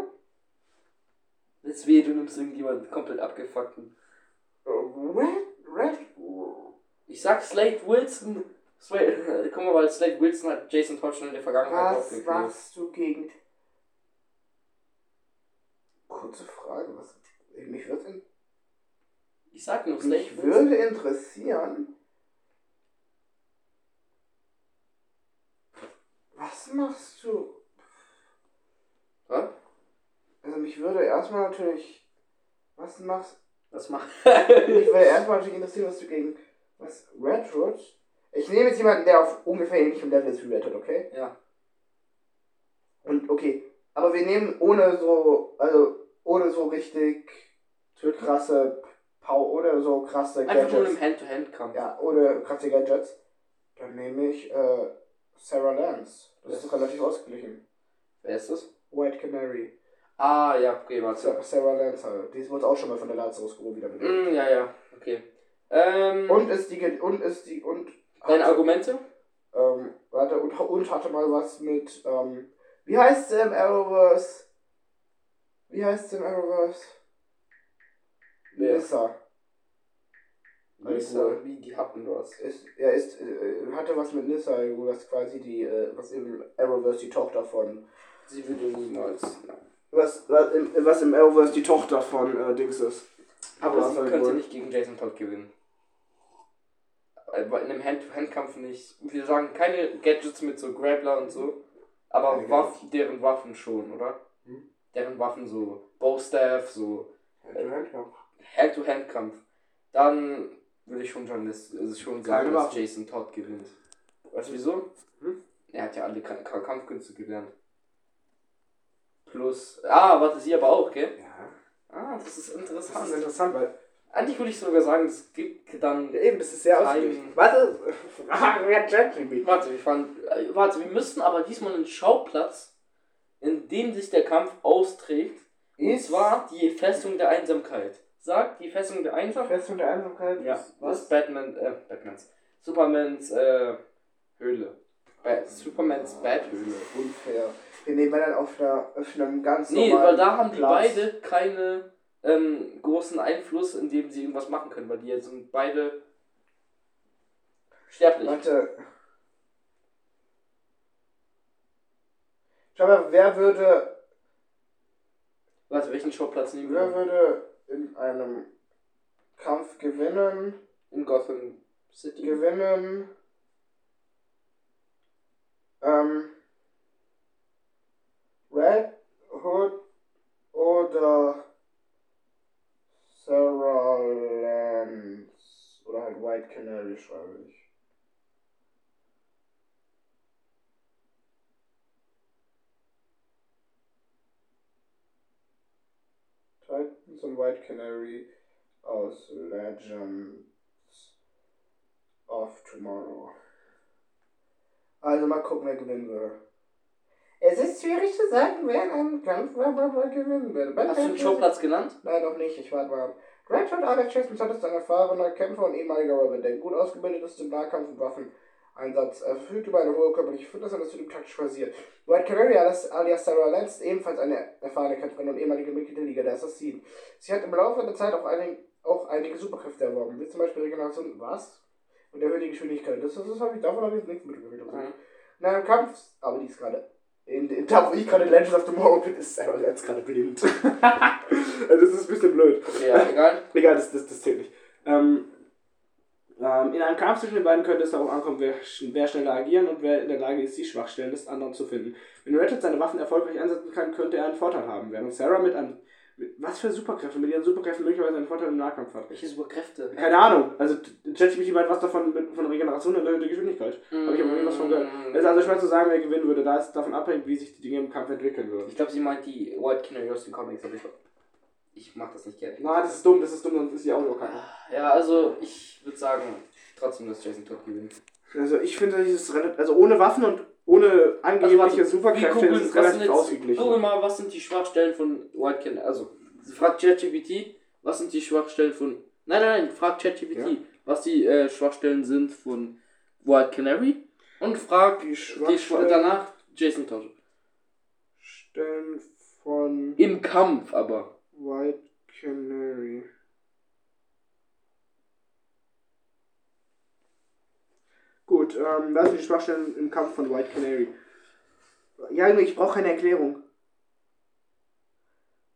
A: Jetzt weh, du nimmst irgendjemanden komplett abgefuckten.
C: Red, Red,
A: Ich sag Slade Wilson. Slade, äh, guck mal, weil Slade Wilson hat Jason Todd schon in der Vergangenheit
C: was
A: aufgeklärt.
C: machst du gegen... Kurze Frage, was... Mich würde in
A: Ich sag nur Slade
C: Mich
A: Wilson.
C: würde interessieren, was machst du?
A: Hä?
C: Also mich würde erstmal natürlich, was machst
A: Was macht.
C: Mich würde erstmal natürlich interessieren, was du gegen, was, Redwood? Ich nehme jetzt jemanden, der auf ungefähr ähnlichem Level ist wie Redwood, okay?
A: ja.
C: Und, okay, aber wir nehmen ohne so, also, ohne so richtig krasse Power, oder so krasse
A: Einfach nur
C: Gadgets.
A: im Hand-to-Hand-Kampf.
C: Ja, ohne krasse Gadgets. Dann nehme ich äh, Sarah Lance. Das ist relativ ausgeglichen.
A: Wer ist das?
C: White Canary.
A: Ah, ja, okay, warte.
C: Sa- Sarah Lance halt. Die ist wohl auch schon mal von der Lance rausgehoben wieder mit.
A: Mm, ja, ja, okay. Ähm,
C: Und ist die ge- und ist die und
A: Deine Argumente?
C: ähm, warte, und, und hatte mal was mit ähm, wie heißt sie im Arrowverse? Wie heißt sie im Arrowverse?
A: Wer?
C: Nissa.
A: Lisa, wie die hatten was.
C: Ist, er ist, äh, hatte was mit Nissa, was quasi die, äh, was im Arrowverse die Tochter von
A: Sie würde niemals.
B: Was, was, im, was im Arrowverse die Tochter von äh, Dings ist.
A: Aber
B: Aber
A: sie
B: soll
A: Also könnte
B: wohl.
A: nicht gegen Jason Todd gewinnen. Aber in einem Hand-to-Hand-Kampf nicht. Wir sagen keine Gadgets mit so Grappler und so. Aber
B: Keine
A: Waff, deren Waffen schon, oder?
B: Hm?
A: Deren Waffen so Bowstaff, so
B: Keine
A: Hand-to-Hand-Kampf. Dann würde ich schon, schon, das, also schon
B: Keine
A: sagen, dass
B: Waffen.
A: Jason Todd gewinnt. Weißt du wieso?
B: Hm?
A: Er hat ja alle Ka- Ka- Kampfkünste gelernt. Plus. Ah, warte, sie aber auch, gell?
B: Ja.
A: Ah, das ist
B: Das
A: interessant.
B: ist interessant, weil
A: Eigentlich würde ich sogar sagen, es gibt dann.
B: Ja, Eben, das ist sehr
A: Kein-
B: ausgeglichen. Warte, Fragen wir ChatGPT.
A: Warte, wir fahren. äh, Warte, wir müssten aber diesmal einen Schauplatz, in dem sich der Kampf austrägt. Und
C: Ist
A: zwar die Festung der Einsamkeit. Sagt die Festung der Einsamkeit.
C: Festung der Einsamkeit?
A: Ja,
C: ist-
A: was? Batman, äh, Batmans. Supermans, äh, Höhle. Ba Supermans Bathöhle.
C: Unfair. Wir nehmen dann auf, einer, auf einem ganz
A: Nee, weil da haben die
C: Platz.
A: beide keine ähm, großen Einfluss, in dem sie irgendwas machen können, weil die jetzt sind beide sterblich.
C: Warte. Schau mal, wer würde.
A: Warte, welchen Showplatz nehmen
C: Wer
A: wir?
C: würde in einem Kampf gewinnen?
A: In Gotham City.
C: Gewinnen. Ähm. Red Hood oder Sarah Lance. Oder halt White Canary schreibe ich. Titans und White Canary aus Legends of Tomorrow. Also mal gucken, wer gewinnen würde. Es ist schwierig zu sagen, wer in einem Kampf bla bla bla gewinnen würde. Bei
A: Hast du einen
C: Titans-
A: Showplatz genannt?
C: Nein, noch nicht. Ich warte mal ab. Redford Alex Jackson Todd ist ein erfahrener Kämpfer und ehemaliger Robin, der gut ausgebildet ist im Nahkampf und Waffeneinsatz. Er verfügt über eine hohe körperliche Fitness und ist zudem taktisch versiert. White Canary alias alias Sarah Lance ist ebenfalls eine erfahrene Kämpferin und ehemalige Mitglied der Liga der Assassinen. Sie hat im Laufe der Zeit auch, einig, auch einige Superkräfte erworben, wie zum Beispiel Regeneration, was? Und erhöhte Geschwindigkeit. Das, das, das habe ich davon habe ich jetzt nichts mitgekriegt. In einem Kampf, aber die ist gerade. In, in, da, wo ich gerade in Legends of Tomorrow bin, ist Sarah Lance.
B: jetzt gerade blind. das ist ein bisschen blöd.
A: Okay, ja, egal.
B: Egal, das, das, das zählt nicht. Ähm, ähm, in einem Kampf zwischen den beiden könnte es darauf ankommen, wer, sch- wer schneller agieren und wer in der Lage ist, die Schwachstellen des anderen zu finden. Wenn Ratchet seine Waffen erfolgreich einsetzen kann, könnte er einen Vorteil haben, während Sarah mit einem. Mit, was für Superkräfte? Mit ihren Superkräften möglicherweise einen Vorteil im Nahkampf hat.
A: Welche Superkräfte?
B: Keine Ahnung. Also, ChatGPT meint was davon mit, von Regeneration und erhöhter Geschwindigkeit. Hab ich aber nie was von
A: Mhm.
B: gehört. Es ist also schwer zu sagen, wer gewinnen würde, da es davon abhängt, wie sich die Dinge im Kampf entwickeln würden.
A: Ich glaube, sie meint die White Canary aus den Comics, aber ich Ich mag das nicht gerne.
B: Nein, Ah, das ist dumm, das ist dumm, sonst ist die auch nur kacke.
A: Ja, also ich würde sagen, trotzdem, dass Jason Todd gewinnt.
B: Also ich finde dieses relativ, also ohne Waffen und ohne
A: Also,
B: angebliche
A: warte,
B: Superkräfte
A: wir
B: ist
A: googeln,
B: es
A: was
B: relativ
A: sind jetzt- Oh.
B: ausgeglichen.
A: Google mal, was sind die Schwachstellen von Whitekin? Also, frag ChatGPT, was sind die Schwachstellen von. Nein, nein, nein, frag ChatGPT,
B: Ja.
A: was die äh, Schwachstellen sind von White Canary und frag die Schwa
B: Schwachstellen-
A: danach Jason Todd.
B: Stellen von
A: Im Kampf aber.
B: White Canary. Gut, ähm, was sind die Schwachstellen im Kampf von White Canary? Ja, Junge, ich brauche keine Erklärung.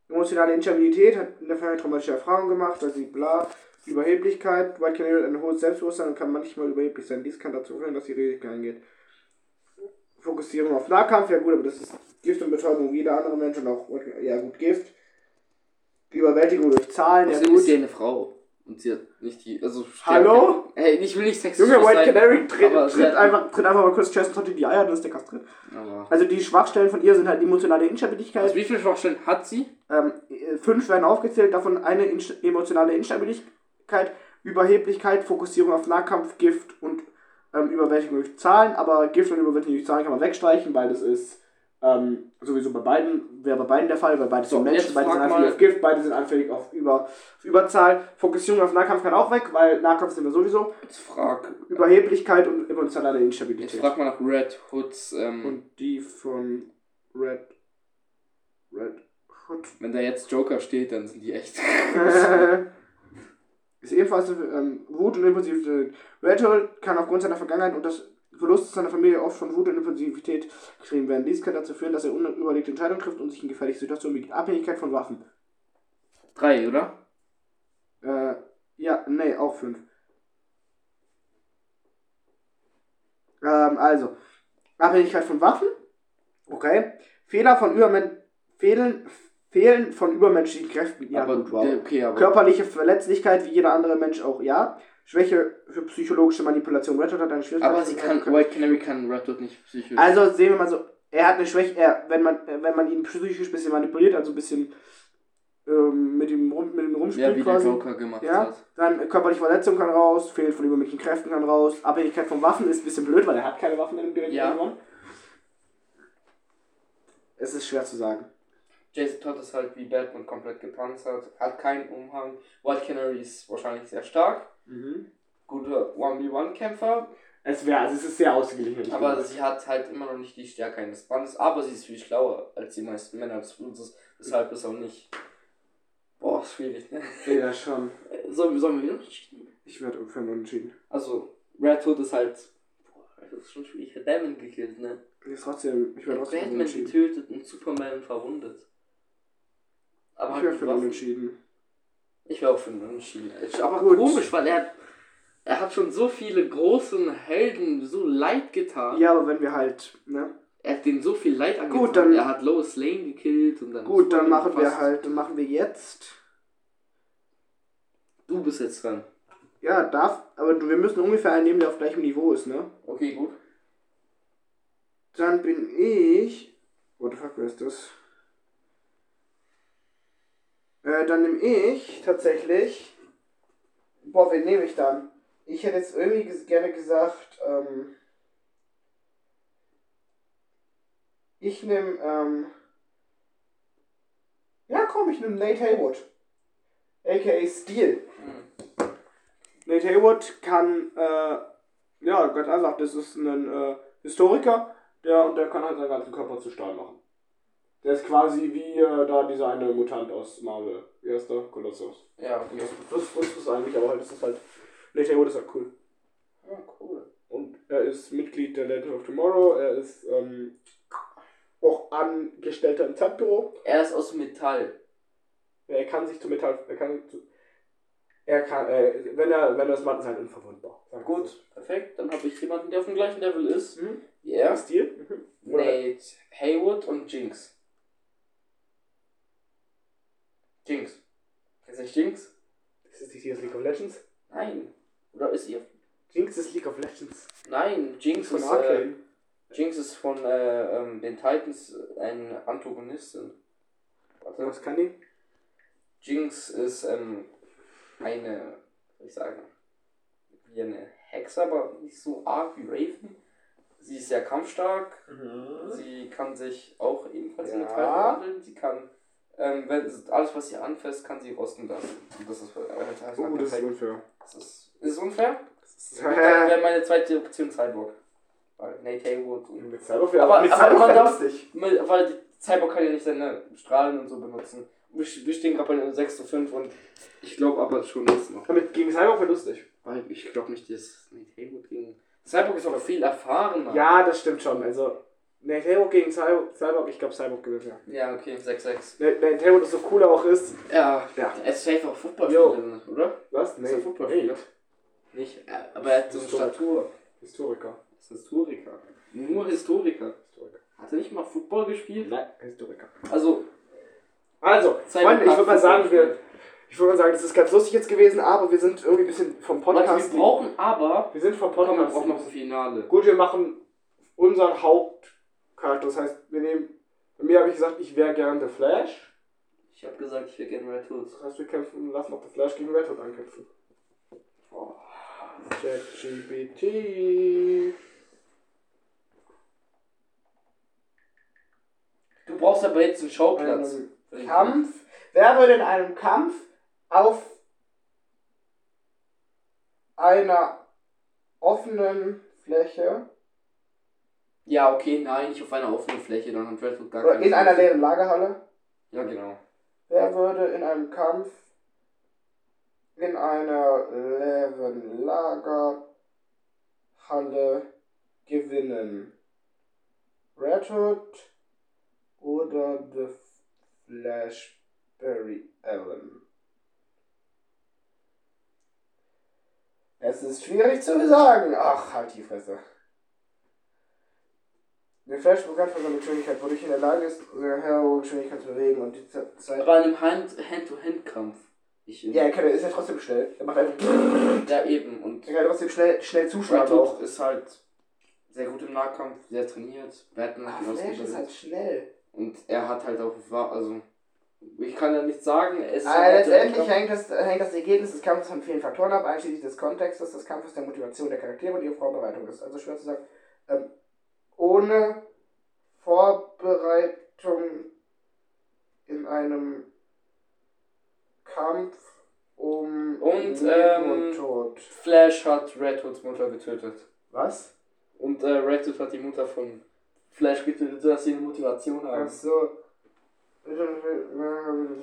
B: Emotionale Instabilität, hat in der Vergangenheit traumatische Erfahrungen gemacht, also die bla. Überheblichkeit, White Canary hat ein hohes Selbstbewusstsein und kann manchmal überheblich sein. Dies kann dazu führen, dass die Risiken eingeht. Fokussierung auf Nahkampf, ja gut, aber das ist Gift und Betäubung wie jeder andere Mensch und auch, ja gut, Gift. Die Überwältigung durch Zahlen, ja
A: Außerdem ist
B: gut.
A: sie eine Frau. Und sie hat nicht die. Also,
B: Hallo?
A: Hey, ich will nicht sexistisch
B: Junge, White
A: sein,
B: Canary tritt,
A: aber sie
B: tritt,
A: hat-
B: einfach, tritt einfach mal kurz Chess Todd in die Eier, dann ist der kastriert.
A: Aber
B: Also die Schwachstellen von ihr sind halt emotionale
A: also,
B: Instabilität.
A: wie viele Schwachstellen hat sie?
B: Ähm, äh, fünf werden aufgezählt, davon eine Inst emotionale Instabilität, Überheblichkeit, Fokussierung auf Nahkampf, Gift und ähm, Überwältigung durch Zahlen. Aber Gift und Überwältigung durch Zahlen kann man wegstreichen, weil das ist ähm, sowieso bei beiden, wäre bei beiden der Fall, weil beide
A: So,
B: sind Menschen,
A: jetzt
B: beide sind
A: frag
B: anfällig
A: mal-
B: auf Gift, beide sind anfällig auf, Über auf Überzahl. Fokussierung auf Nahkampf kann auch weg, weil Nahkampf sind wir sowieso.
A: Jetzt frag.
B: Überheblichkeit und emotionale
A: Jetzt
B: Instabilität.
A: frag mal nach Red Hoods. Ähm,
B: Und die von Red. Red Hood.
A: Wenn da jetzt Joker steht, dann sind die echt.
B: ist ebenfalls ähm, Wut und Impulsivität. Red Hood kann aufgrund seiner Vergangenheit und des Verlustes seiner Familie oft von Wut und Impulsivität geschrieben werden. Dies kann dazu führen, dass er unüberlegte Entscheidungen trifft und sich in gefährliche Situationen begibt. Abhängigkeit von Waffen.
A: Drei, oder?
B: Äh, ja, nee, auch fünf. Ähm, also, Abhängigkeit von Waffen. Okay. Fehler von Übermen Fehlen, Fehlen von übermenschlichen Kräften. Ja,
A: aber
B: gut, wow.
A: der- okay, aber.
B: Körperliche Verletzlichkeit, wie jeder andere Mensch auch, ja. Schwäche für psychologische Manipulation. Red Hood hat eine Schwierigkeit.
A: aber sie kann. White Canary kann Red Hood nicht psychisch.
B: Also, sehen wir mal so, er hat eine Schwäche, er, wenn, man, äh, wenn man ihn psychisch ein bisschen manipuliert, also ein bisschen ähm, mit ihm rum, mit ihm rumspielt
A: ja, wie der
B: quasi.
A: Joker gemacht
B: Ja,
A: hat.
B: dann äh, körperliche Verletzung kann raus, Fehlen von übermächtigen Kräften kann raus, Abhängigkeit von Waffen ist ein bisschen blöd, weil er hat keine Waffen in dem direkten
A: Ja.
B: Raum. Es ist schwer zu sagen.
A: Jason Todd ist halt wie Batman komplett gepanzert, hat keinen Umhang. White Canary ist wahrscheinlich sehr stark. Mhm. Guter 1v1-Kämpfer,
B: Es wäre, also es ist sehr ausgeglichen.
A: aber sie hat halt immer noch nicht die Stärke eines Bandes. Aber sie ist viel schlauer als die meisten Männer des Blutes, deshalb ist auch nicht. Boah, schwierig, ne?
B: ja schon.
A: Sollen sollen wir noch
B: Ich werde für einen Unentschieden.
A: Also, Red Hood ist halt. Boah, Red Hood ist schon schwierig. Er hat Batman gekillt, ne?
B: Ist trotzdem, ich
A: Er
B: werde
A: hat
B: trotzdem für einen
A: Batman
B: Unentschieden.
A: getötet und Superman verwundet. Aber
B: Ich
A: halt
B: werde
A: mit
B: für einen
A: Waffen.
B: Unentschieden.
A: Ich wäre auch für einen Unentschieden. Ist aber
B: Gut.
A: komisch, weil er hat, er hat schon so viele großen Helden so leid getan.
B: Ja, aber wenn wir halt, ne?
A: Er hat denen so viel Leid angetan.
B: Gut, dann-
A: er hat Lois Lane gekillt und dann.
B: Gut, dann
A: Superman
B: machen wir
A: gefasst.
B: halt, dann machen wir jetzt.
A: Du bist jetzt dran.
B: Ja, darf, aber du- wir müssen ungefähr einen nehmen, der auf gleichem Niveau ist, ne?
A: Okay, gut.
B: Dann bin ich. What the fuck, wer ist das? Äh, dann nehme ich tatsächlich. Boah, wen nehme ich dann? Ich hätte jetzt irgendwie ges gerne gesagt, ähm. Ich nehme, ähm. Ja, komm, ich nehme Nate Haywood. AKA Steel. Nate Haywood kann, äh, ja, ganz einfach, das ist ein äh, Historiker, der und der kann halt seinen ganzen Körper zu Stahl machen. Der ist quasi wie äh, da dieser eine Mutant aus Marvel. Wie heißt der? Kolossus.
A: Ja,
B: Und das, das wusste es eigentlich, aber halt ist es halt. Nate Haywood ist halt cool.
A: Ja, cool.
B: Und er ist Mitglied der Legend of Tomorrow, er ist ähm, auch Angestellter im Zeitbüro.
A: Er ist aus Metall.
B: Er kann sich zu Metall. Er kann. Zu, er kann. Äh, wenn er wenn er es macht, ist er halt unverwundbar. Sag ich
A: Gut, perfekt. Dann habe ich jemanden, der auf dem gleichen Level ist.
B: so. Mhm.
A: Wie er.
B: Stil? Mhm.
A: Nate Haywood und Jinx. Jinx. Kennst du nicht Jinx?
B: Ist es nicht die aus League of Legends?
A: Nein. Oder ist ihr?
B: Jinx ist League of Legends.
A: Nein, Jinx
B: Von
A: ist, äh,
B: Arcane.
A: Jinx ist von äh, ähm, den Titans äh, eine Antagonistin.
B: Ja,
A: Warte,
B: Was kann die?
A: Jinx ist ähm, eine, wie soll ich sagen, wie eine Hexe, aber nicht so arg wie Raven. Sie ist sehr kampfstark, Sie kann sich auch ebenfalls in
C: Ja.
A: Metall verwandeln. Sie kann, ähm, wenn, alles was sie anfasst, kann sie rosten lassen. Und das ist, äh, das
B: Oh, das ist
A: perfekt.
B: unfair.
A: das ist, ist es unfair. Dann
B: Mit
A: wäre meine zweite Option Cyborg. Weil Nate Haywood und.
B: Cyborg wäre
A: Aber-
B: mit
A: aber
B: Cyborg
A: man
B: wäre
A: darf-
B: lustig.
A: Weil weil die Cyborg kann ja nicht seine Strahlen und so benutzen. Wir, sch- wir stehen gerade bei 6 zu 5 und ich glaube aber schon jetzt noch.
B: Damit gegen Cyborg wäre lustig.
A: Weil ich glaube nicht, dass Nate Haywood gegen. Cyborg ist auch viel erfahrener.
B: Ja, das stimmt schon. Also, Nate Haywood gegen Cyborg, Cyborg ich glaube Cyborg gewinnt, ja.
A: Ja, okay, 6-6.
B: Nate, Nate Haywood so cool er auch ist.
A: Ja,
B: Ja.
A: er ist safe auch Footballspieler,
B: Jo.
A: oder?
B: Was?
A: Ist er Footballspieler? Nicht, äh, aber er hat so eine
B: Historiker.
A: Statur.
B: Historiker.
A: Ist Historiker. Nur Historiker.
B: Historiker.
A: Hat er nicht mal Football gespielt?
B: Nein, Historiker.
A: Also,
B: Also, Freunde, ich würde mal sagen, wir, ich würde mal sagen, das ist ganz lustig jetzt gewesen, aber wir sind irgendwie ein bisschen vom
A: Podcast.
B: Podcast.
A: Wir brauchen aber.
B: Wir sind vom
A: Komm, wir
B: Podcast.
A: brauchen noch ein Finale.
B: Gut, wir machen unseren Hauptcharakter. Das heißt, wir nehmen. Bei mir habe ich gesagt, ich wäre gern der Flash.
A: Ich habe gesagt, ich will gerne Red Hoods.
B: Das heißt, wir kämpfen, lassen auch der Flash gegen Red Hood ankämpfen.
C: Oh,
B: ChatGPT.
A: Du brauchst aber jetzt einen Schauplatz.
B: Ähm,
C: Kampf. Wer würde in einem Kampf auf einer offenen Fläche
A: Ja, okay, nein, nicht auf einer offenen Fläche, dann hat Red Hood gar
C: oder
A: keine
C: in einer
A: Chance.
C: leeren Lagerhalle?
A: Ja, genau.
C: Wer würde in einem Kampf in einer leeren Lagerhalle gewinnen? Red Hood oder The Flash Barry Allen? Es ist schwierig zu sagen. Ach, halt die Fresse. Der Flash bekannt von seiner Geschwindigkeit, wodurch er in der Lage ist, seine hohe Geschwindigkeit zu bewegen und die Ze- Zeit
A: Aber in einem Hand- Hand-to-Hand-Kampf. Ich
C: ja, er, kann, er ist ja trotzdem schnell. Er macht einfach. Er
A: Ja, eben. Und
C: kann trotzdem schnell, schnell
A: Red
C: zuschlagen auch.
A: Hood ist halt sehr gut im Nahkampf, sehr trainiert. Batman
C: Ah,
A: hat ihn
C: Flash ist
A: ausgebildet.
C: halt schnell.
A: Und er hat halt auch, wa- also, ich kann ja nichts sagen, es
B: Ah,
A: ist
C: Aber
A: halt
C: letztendlich hängt das, hängt das Ergebnis des Kampfes von vielen Faktoren ab, einschließlich des Kontextes, des Kampfes, der Motivation der Charaktere und ihrer Vorbereitung. Das ist also schwer zu sagen. Ähm, ohne Vorbereitung in einem Kampf um
A: Und,
C: Leben
A: ähm,
C: und Tod.
A: Flash hat Red Hoods Mutter getötet.
C: Was?
A: Und äh, Red Hood hat die Mutter von Flash getötet, sodass sie eine Motivation haben.
C: Achso.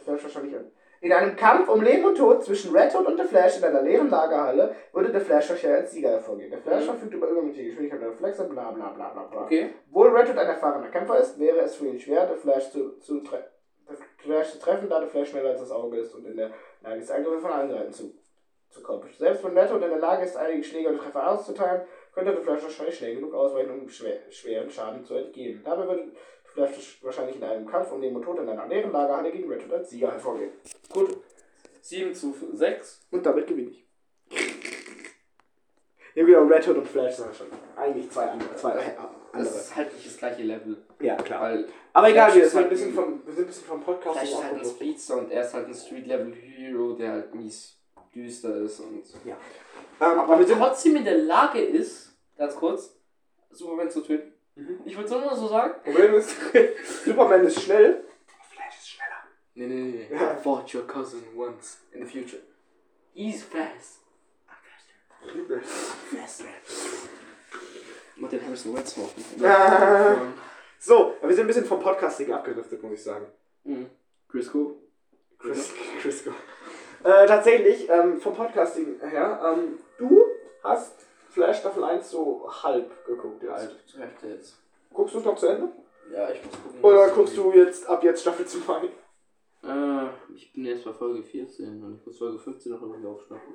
C: Flash wahrscheinlich an. In einem Kampf um Leben und Tod zwischen Red Hood und der Flash in einer leeren Lagerhalle würde der Flash wahrscheinlich als Sieger hervorgehen. Der Flash
A: Mhm.
C: verfügt über übermäßige Geschwindigkeit und Reflexe, bla bla bla bla bla.
A: Okay.
C: Obwohl Red Hood ein erfahrener Kämpfer ist, wäre es für ihn schwer, den Flash zu, zu, tre den Flash zu treffen, da der Flash schneller als das Auge ist und in der Lage ist, Angriffe von allen Seiten zu, zu koppeln. Selbst wenn Red Hood in der Lage ist, einige Schläge und Treffer auszuteilen, könnte der Flash wahrscheinlich schnell genug ausweichen, um schwer, schweren Schaden zu entgehen. Dabei würde der Flash wahrscheinlich in einem Kampf um Leben und Tod in einer leeren Lagerhalle gegen Red Hood als Sieger hervorgehen.
A: Gut. 7 zu 6.
B: Und damit gewinne ich. Ich habe genau Red Hood und Flash sind schon. Eigentlich zwei andere. Zwei äh,
A: Das
B: andere.
A: ist halt nicht das gleiche Level.
B: Ja, klar.
A: Weil
B: Aber egal,
A: Flash
B: wir
A: ist
B: sind ein
A: halt
B: bisschen
A: ein-
B: vom, wir sind ein bisschen vom Podcast.
A: Flash ist halt ein
B: abgekommen.
A: Speedster und er ist halt ein Street-Level-Hero, der halt mies düster ist und. Also,
B: ähm,
A: Aber
B: aber wir sind
A: trotzdem in der Lage ist, ganz kurz, Superman zu töten.
B: Mhm.
A: Ich würde es nur so sagen.
B: Problem ist, Superman ist schnell. Flash ist schneller.
A: Nee, nee, nee. I fought your cousin once in the future. He's fast. I'm Ah, faster. Faster. Mit den Harrison Red smoken.
B: Ah. So, aber wir sind ein bisschen vom Podcasting abgedriftet, muss ich sagen.
A: Mhm. Chris Cool.
B: Chris, Chris äh, tatsächlich, ähm, vom Podcasting her, ähm, du hast Flash Staffel 1 so halb geguckt jetzt.
A: Alter, zu Hälfte jetzt.
B: Guckst du es noch zu Ende?
A: Ja, ich muss gucken.
B: Oder
A: was-
B: guckst du jetzt ab jetzt Staffel 2?
A: Äh, ich bin jetzt bei Folge 14 und ich muss Folge 15 noch irgendwie aufschnappen.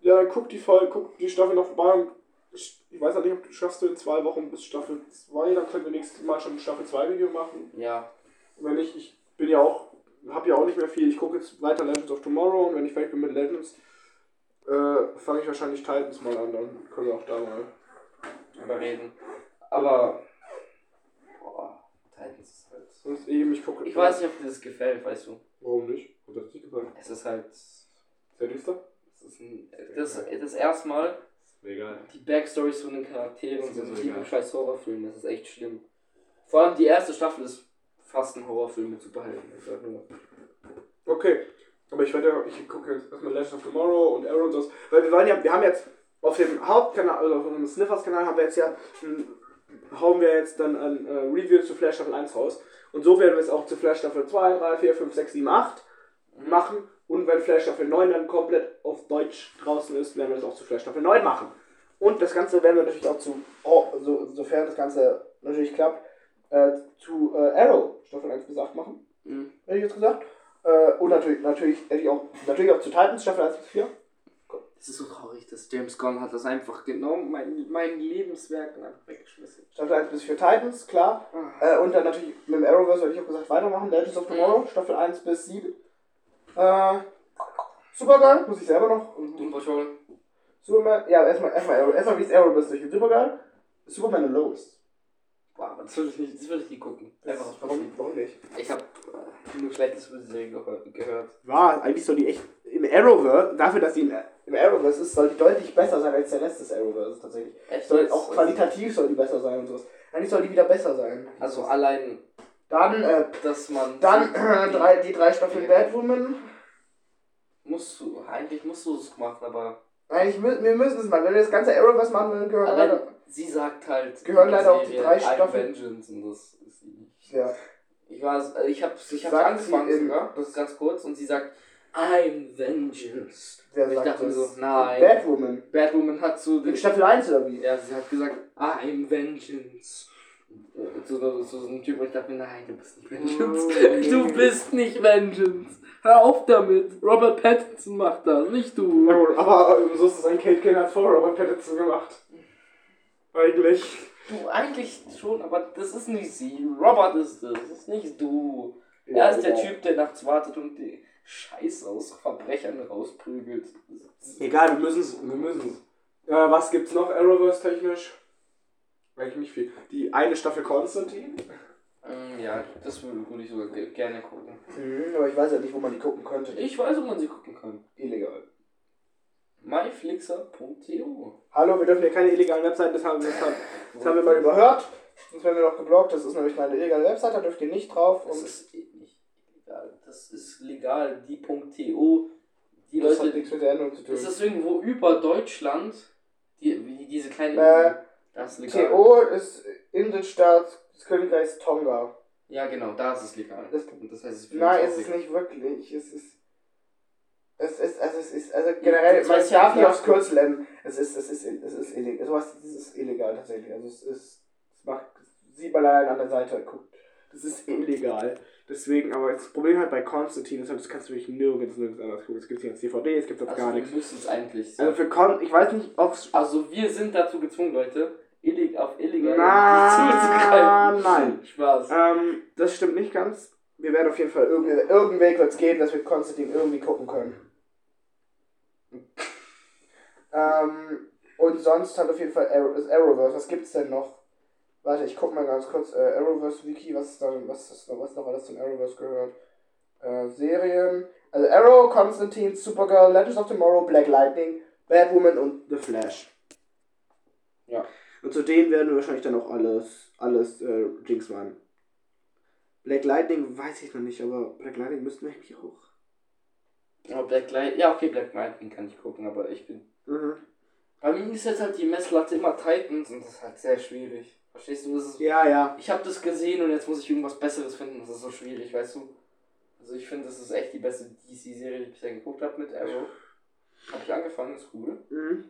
B: Ja, dann guck die, Folge, guck die Staffel noch vorbei und ich ich weiß halt nicht, ob du schaffst du in zwei Wochen bis Staffel 2, dann können wir nächstes Mal schon ein Staffel 2 Video machen.
A: Ja.
B: Und wenn nicht, ich bin ja auch, hab ja auch nicht mehr viel, ich gucke jetzt weiter Legends of Tomorrow und wenn ich fertig bin mit Legends, äh, fange ich wahrscheinlich Titans mal an, dann können wir auch da mal.
A: Überreden. Aber. Boah, Titans ist halt.
B: Sonst eben, ich gucke.
A: Ich weiß nicht, ob dir das gefällt, weißt du.
B: Warum nicht? Hat das nicht gefallen?
A: Es ist halt.
B: Sehr düster?
A: Es ist ein, das, das erste Mal,
B: Mir egal.
A: die Backstories von den Charakteren
B: Das ist
A: sind
B: mir
A: so wie
B: egal.
A: ein scheiß Horrorfilm, das ist echt schlimm. Vor allem die erste Staffel ist fast ein Horrorfilm mit Superhelden. Ich sag nur.
B: Okay. Aber ich werde, ich gucke jetzt erstmal Legend of Tomorrow und Arrow und sowas. Weil wir wollen ja, wir haben jetzt auf dem Hauptkanal, also auf unserem Sniffers-Kanal haben wir jetzt ja, mh, hauen wir jetzt dann ein äh, Review zu Flash Staffel 1 raus. Und so werden wir es auch zu Flash Staffel 2, 3, 4, 5, 6, 7, 8 machen. Und wenn Flash Staffel 9 dann komplett auf Deutsch draußen ist, werden wir das auch zu Flash Staffel 9 machen.
C: Und das Ganze werden wir natürlich auch zu, oh, so, sofern das Ganze natürlich klappt, äh, zu äh, Arrow Staffel 1 bis 8 machen,
A: Mhm.
C: hätte ich jetzt gesagt. Äh, und natürlich, natürlich, hätte ich auch, natürlich auch zu Titans Staffel 1 bis 4.
A: Es ist so traurig, dass James Gunn hat das einfach genommen, mein, mein Lebenswerk und einfach weggeschmissen.
C: Staffel 1 bis 4 Titans, klar.
A: Ah.
C: Äh, und dann natürlich mit dem Arrowverse, habe ich auch gesagt, weitermachen. Legends of Tomorrow, Staffel 1 bis 7. Äh, Supergirl, muss ich selber noch.
A: Doom Patrol.
C: Superman, ja, erstmal, erstmal Arrow. Erstmal wie es Arrowverse durch den Supergirl. Superman und Lois.
A: Wow, das würde ich nicht, das würde ich nicht gucken. Einfach aus
B: warum,
A: Prinzip.
B: warum nicht?
A: Ich habe äh, nur Schlechtes über die Serie gehört. gehört.
B: War, eigentlich soll die echt im Arrowverse, dafür, dass sie im
C: Im Arrowverse ist, soll die deutlich besser sein als der letzte Arrowverse tatsächlich.
A: Echt
C: Soll
A: jetzt?
C: auch qualitativ soll die besser sein und sowas. Eigentlich soll die wieder besser sein.
A: Also allein,
C: dann, äh,
A: dass man.
C: dann äh, drei, die drei Staffeln Batwoman.
A: Musst du, eigentlich musst du es machen, aber.
C: Nein, ich, mü- wir müssen es mal. Wenn wir das ganze Arrowverse machen wollen, gehören
A: Allein,
C: leider.
A: sie sagt halt.
C: Gehören
A: in der
C: leider auch die
A: Serie,
C: drei
A: I'm
C: Staffeln.
A: Vengeance und das ist sie nicht.
C: Ja.
A: Ich war, also ich hab's, ich hab's
C: Sagt
A: angefangen
C: sie in-
A: sogar, das ist ganz kurz, und sie sagt, I'm Vengeance.
C: Wer
A: Und ich
C: sagt
A: dachte mir
C: das?
A: so, nein.
C: Batwoman.
A: Batwoman hat so den
C: In Staffel 1 oder wie?
A: Ja, sie hat gesagt, I'm Vengeance. Und So, so, so, so ein Typ, wo ich dachte, mir, nein, du bist nicht Vengeance. Du bist nicht Vengeance. Hör auf damit. Robert Pattinson macht das, nicht
B: Ja,
A: du.
B: gut, aber ähm, so ist es ein Kate Kane hat vor Robert Pattinson gemacht. Eigentlich.
A: Du eigentlich schon, aber das ist nicht sie. Robert ist es, das ist nicht du. Er ist der Typ, der nachts wartet und die Scheiße aus Verbrechern rausprügelt.
B: Egal, wir müssen es. Wir müssen's. Äh, was gibt's noch Arrowverse technisch? Eigentlich nicht viel. Die eine Staffel Konstantin.
A: Ähm, Ja, das würde würde ich sogar ge- gerne gucken.
C: Mhm, aber ich weiß ja nicht, wo man die gucken könnte.
A: Ich weiß, wo man sie gucken kann.
C: Illegal.
A: myflixer.to
B: Hallo, wir dürfen ja keine illegalen Webseiten, das haben, das haben, das haben wir mal über.
C: überhört. Sonst werden wir noch geblockt. Das ist nämlich eine illegale Website, da dürft ihr nicht drauf.
A: Das
C: Und
A: ist eh nicht legal. Das ist legal. Die.to. Die
C: das hat
A: Leute.
C: nichts mit der Endung zu tun.
A: Ist das irgendwo über Deutschland? Die, wie diese kleine.
C: Äh,
A: Insel. das ist legal.
C: TO ist Inselstaat des Königreichs Tonga.
A: Ja, genau, da ist es legal.
C: Das-
A: Und das heißt, es ist für
C: Nein,
A: uns
C: es
A: auch
C: ist
A: legal.
C: nicht wirklich. Es ist. Es ist, also es ist, also generell,
A: das
C: man
A: weiß ich
C: darf
A: auch
C: nicht
A: nicht.
C: aufs Kürzel enden. Es ist, es ist, es ist illegal. Sowas, das ist illegal tatsächlich. Also es ist, es macht, sieht man leider an der Seite, guckt.
B: Das ist illegal. Deswegen, aber das Problem halt bei Konstantin ist halt, das kannst du wirklich nirgends, nirgends anders gucken. Es gibt hier als DVD, es gibt auf gar
A: Also, wir
B: nichts.
A: müssen es eigentlich. So.
B: Also für Kon, ich weiß nicht, ob's
A: Also, wir sind dazu gezwungen, Leute, illeg auf illegal
B: Na, nein.
A: Spaß.
B: Ähm, das stimmt nicht ganz. Wir werden auf jeden Fall irgendwie.
C: Irgende- Irgendeinen Weg wird es geben, dass wir Konstantin irgendwie gucken können. ähm, und sonst hat auf jeden Fall Arrow, ist Arrowverse. Was gibt's denn noch? Warte, ich guck mal ganz kurz. Äh, Arrowverse Wiki, was ist da, was ist noch, was noch alles zum Arrowverse gehört? Äh, Serien. Also Arrow, Konstantin, Supergirl, Legends of Tomorrow, Black Lightning, Batwoman und
B: The Flash.
A: Ja.
B: Und zu denen werden wir wahrscheinlich dann auch alles, alles äh, Jinx machen. Black Lightning weiß ich noch nicht, aber Black Lightning müssten wir eigentlich auch.
A: Ja, Oh, Black Light. Ja, okay, Black Lightning kann ich gucken, aber ich bin
B: Mhm.
A: Bei mir ist jetzt halt die Messlatte immer Titans und das ist halt sehr schwierig. Verstehst du? Das ist,
B: Ja, ja.
A: ich habe das gesehen und jetzt muss ich irgendwas Besseres finden. Das ist so schwierig, weißt du? Also ich finde, das ist echt die beste DC-Serie, die ich bisher geguckt habe mit Arrow. Habe ich angefangen, ist cool.
B: Mhm.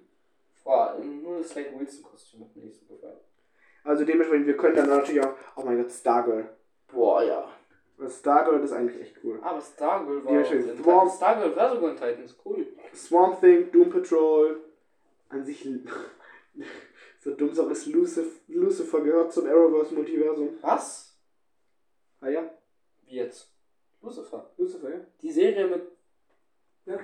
A: Vor allem nur das Slade Wilson-Kostüm hat mir nicht so gefallen.
B: Also dementsprechend, wir können dann natürlich auch. Oh mein Gott, Stargirl.
A: Boah, ja.
B: Weil Stargirl ist eigentlich echt cool.
A: Aber Stargirl war
B: Ja,
A: auch
B: schön.
A: in
B: Wow.
A: Titans. Stargirl war sogar in Titans, cool.
B: Swamp Thing, Doom Patrol. An sich. so dumm so ist Lucif Lucifer gehört zum Arrowverse-Multiversum.
A: Was?
B: Ah ja,
A: Wie jetzt? Lucifer.
B: Lucifer, ja.
A: Die Serie mit...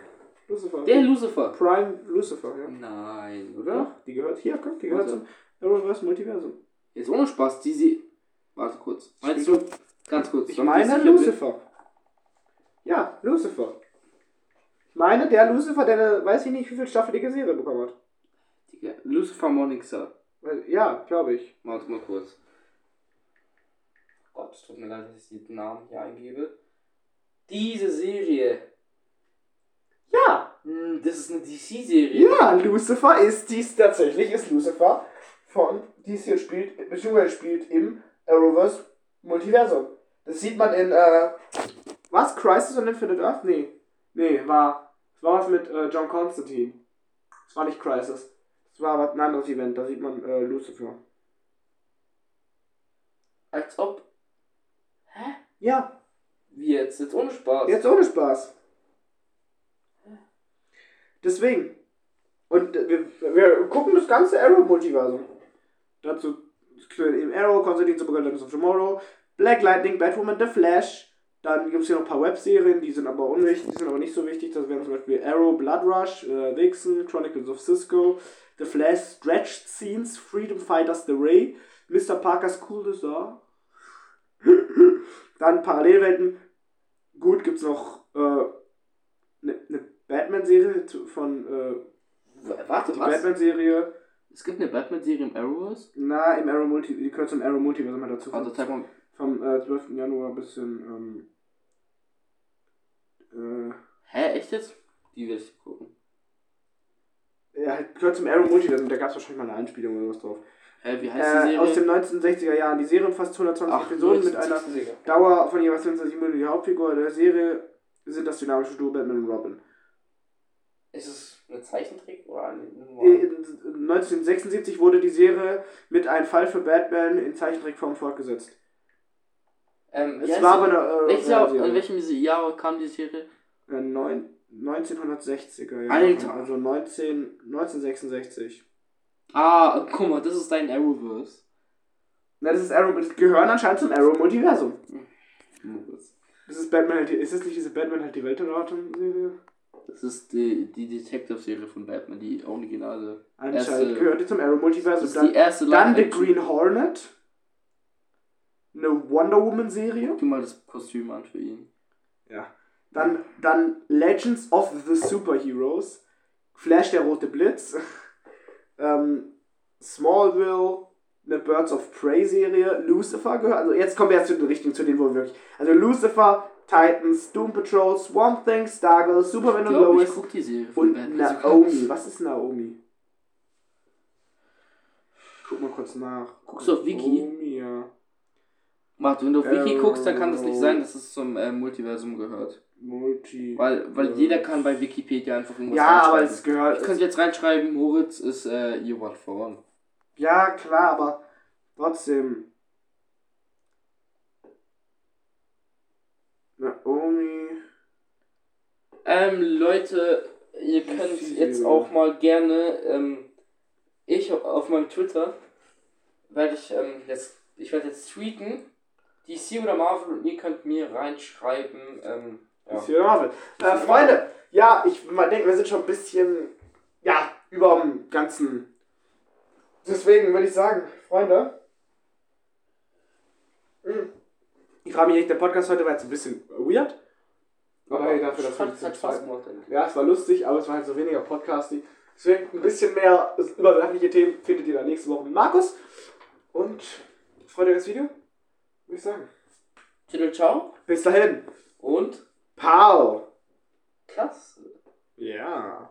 B: Lucifer.
A: Der Lucifer.
B: Prime Lucifer, ja.
A: Nein,
B: Doch, die gehört hier, guck, die gehört
A: Warte.
B: zum Arrowverse Multiversum.
A: Jetzt ohne Spaß, die sie. Warte kurz. Meinst du, Ganz kurz.
B: Ich
A: damit
B: meine
A: sicher bin.
B: Lucifer. Ja, Lucifer. Ich meine der Lucifer, der eine, weiß ich nicht, wie viel staffelige Serie bekommen hat.
A: Digga, Lucifer Morningstar.
B: Weil- Ja, glaube ich.
A: Warte mal kurz. Gott, tut mir leid, dass ich den Namen hier eingebe. Diese Serie.
B: Ja!
A: Hm, Das ist eine DC-Serie.
B: Ja, Lucifer ist dies tatsächlich.
C: Tatsächlich ist Lucifer von DC spielt, beziehungsweise spielt im Arrowverse Multiversum. Das sieht man in, äh,
B: Was? Crisis on Infinite Earth? Nee. Nee, war. Es war was mit äh, John Constantine. Es war nicht Crisis. Es war was, ein anderes Event, da sieht man äh, Lucifer.
A: Als ob. Hä?
B: Ja,
A: Wie jetzt? Jetzt ohne Spaß.
B: jetzt ohne Spaß. Deswegen. Und äh, wir, wir gucken das ganze Arrow-Multiversum. Dazu im Arrow, Constantine, Supergirl, Legends of Tomorrow, Black Lightning, Batwoman, The Flash. Dann gibt es hier noch ein paar Webserien, die sind aber unwichtig, die sind aber nicht so wichtig. Das wären zum Beispiel Arrow, Blood Rush, äh, Vixen, Chronicles of Cisco, The Flash, Stretched Scenes, Freedom Fighters, The Ray, Mr. Parker's Cool Desire. Dann Parallelwelten. Gut, gibt's noch eine äh, ne, ne Batman-Serie zu- von äh,
A: W- Warte,
B: die
A: was?
B: Batman-Serie.
A: Es gibt eine Batman-Serie im Arrowverse?
B: Na, im Arrow Multi, die gehört zum Arrow Multiversum halt dazu.
A: Also, zeig mal.
B: Vom äh, 12. Januar bis zum. Ähm,
A: Hä, echt jetzt? Die werde ich gucken.
B: äh, ja, halt gehört zum Arrow Multiversum, da gab es wahrscheinlich mal eine Einspielung oder was drauf.
A: Hä, wie heißt die
B: Äh,
A: Serie?
B: aus den 1960er Jahren. Die Serie umfasst 120 Episoden mit einer Dauer von jeweils 25 Minuten. Die Hauptfigur der Serie sind das dynamische Duo Batman und Robin.
A: Ist es eine Zeichentrick oder eine Nummer?
B: 1976 wurde die Serie mit einem Fall für Batman in Zeichentrickform fortgesetzt.
A: Ähm,
B: Es war aber eine.
A: Welches Jahr, in
B: Serie.
A: welchem Jahr kam die Serie?
B: Äh, neun- 1960er Jahre.
A: Alter.
B: Also 19, 1966.
A: Ah, guck mal, das ist dein Arrowverse.
B: Na, das ist Arrow, das gehören anscheinend zum Arrow-Multiversum. Das ist Batman halt, die- ist das nicht diese Batman halt die Welt erraten Serie?
A: Das ist die, die Detective-Serie von Batman, die originale.
B: Anscheinend
A: Erste-
B: gehört die zum
A: Das
B: Arrow-Multiversum.
A: äh, ist die
B: Dann,
A: erste
B: dann The
A: Live-Action.
B: Green Hornet. Eine Wonder Woman-Serie.
A: Guck dir mal das Kostüm an für ihn.
B: Ja. Dann, dann Legends of the Superheroes. Flash der rote Blitz. ähm, Smallville. Eine Birds of Prey Serie. Lucifer gehört. Also jetzt kommen wir jetzt zu den richtigen, zu denen, wo wir wirklich. Also Lucifer, Titans, Doom Patrol, Swamp Thing, Stargirl,
A: Ich
B: Superman und
A: glaube, ich
B: Lois.
A: guck die Serie von
B: Und Oh.
A: Batman.
B: Naomi. Was ist Naomi? Guck mal kurz nach.
A: Guckst du auf Wiki?
B: Naomi, ja.
A: Mach, wenn du auf Wiki
B: Ähm,
A: guckst, dann kann das nicht sein, dass es zum äh, Multiversum gehört.
B: Multi.
A: Weil, weil
B: äh,
A: jeder kann bei Wikipedia einfach irgendwas
B: Ja, aber
A: reinschreiben.
B: es gehört.
A: Ich könnte jetzt reinschreiben, Moritz ist äh, you want for one.
B: Ja, klar, aber trotzdem. Naomi.
A: Ähm, Leute, ihr
B: Wie
A: könnt
B: viel?
A: jetzt auch mal gerne, ähm, ich auf meinem Twitter werde ich ähm, jetzt, ich werde jetzt tweeten, DC oder Marvel und ihr könnt mir reinschreiben, ähm, ja.
B: Ist hier Marvel. Äh, Freunde, ja, ich denke, wir sind schon ein bisschen. Ja, über dem Ganzen. Deswegen würde ich sagen, Freunde. hm, Ich frage mich echt, der Podcast heute war jetzt ein bisschen weird. Aber hey, dafür, dass wir
A: hat,
B: uns
A: hat Spaß gemacht, eigentlich.
B: Ja, es war lustig, aber es war halt so weniger podcastig. Deswegen ein bisschen mehr überwerfliche Themen findet ihr dann nächste Woche mit Markus. Und freut euch auf das Video? Würde ich sagen.
A: Titel, ciao
B: Bis dahin.
A: und
B: Pow!
A: klasse.
B: Ja.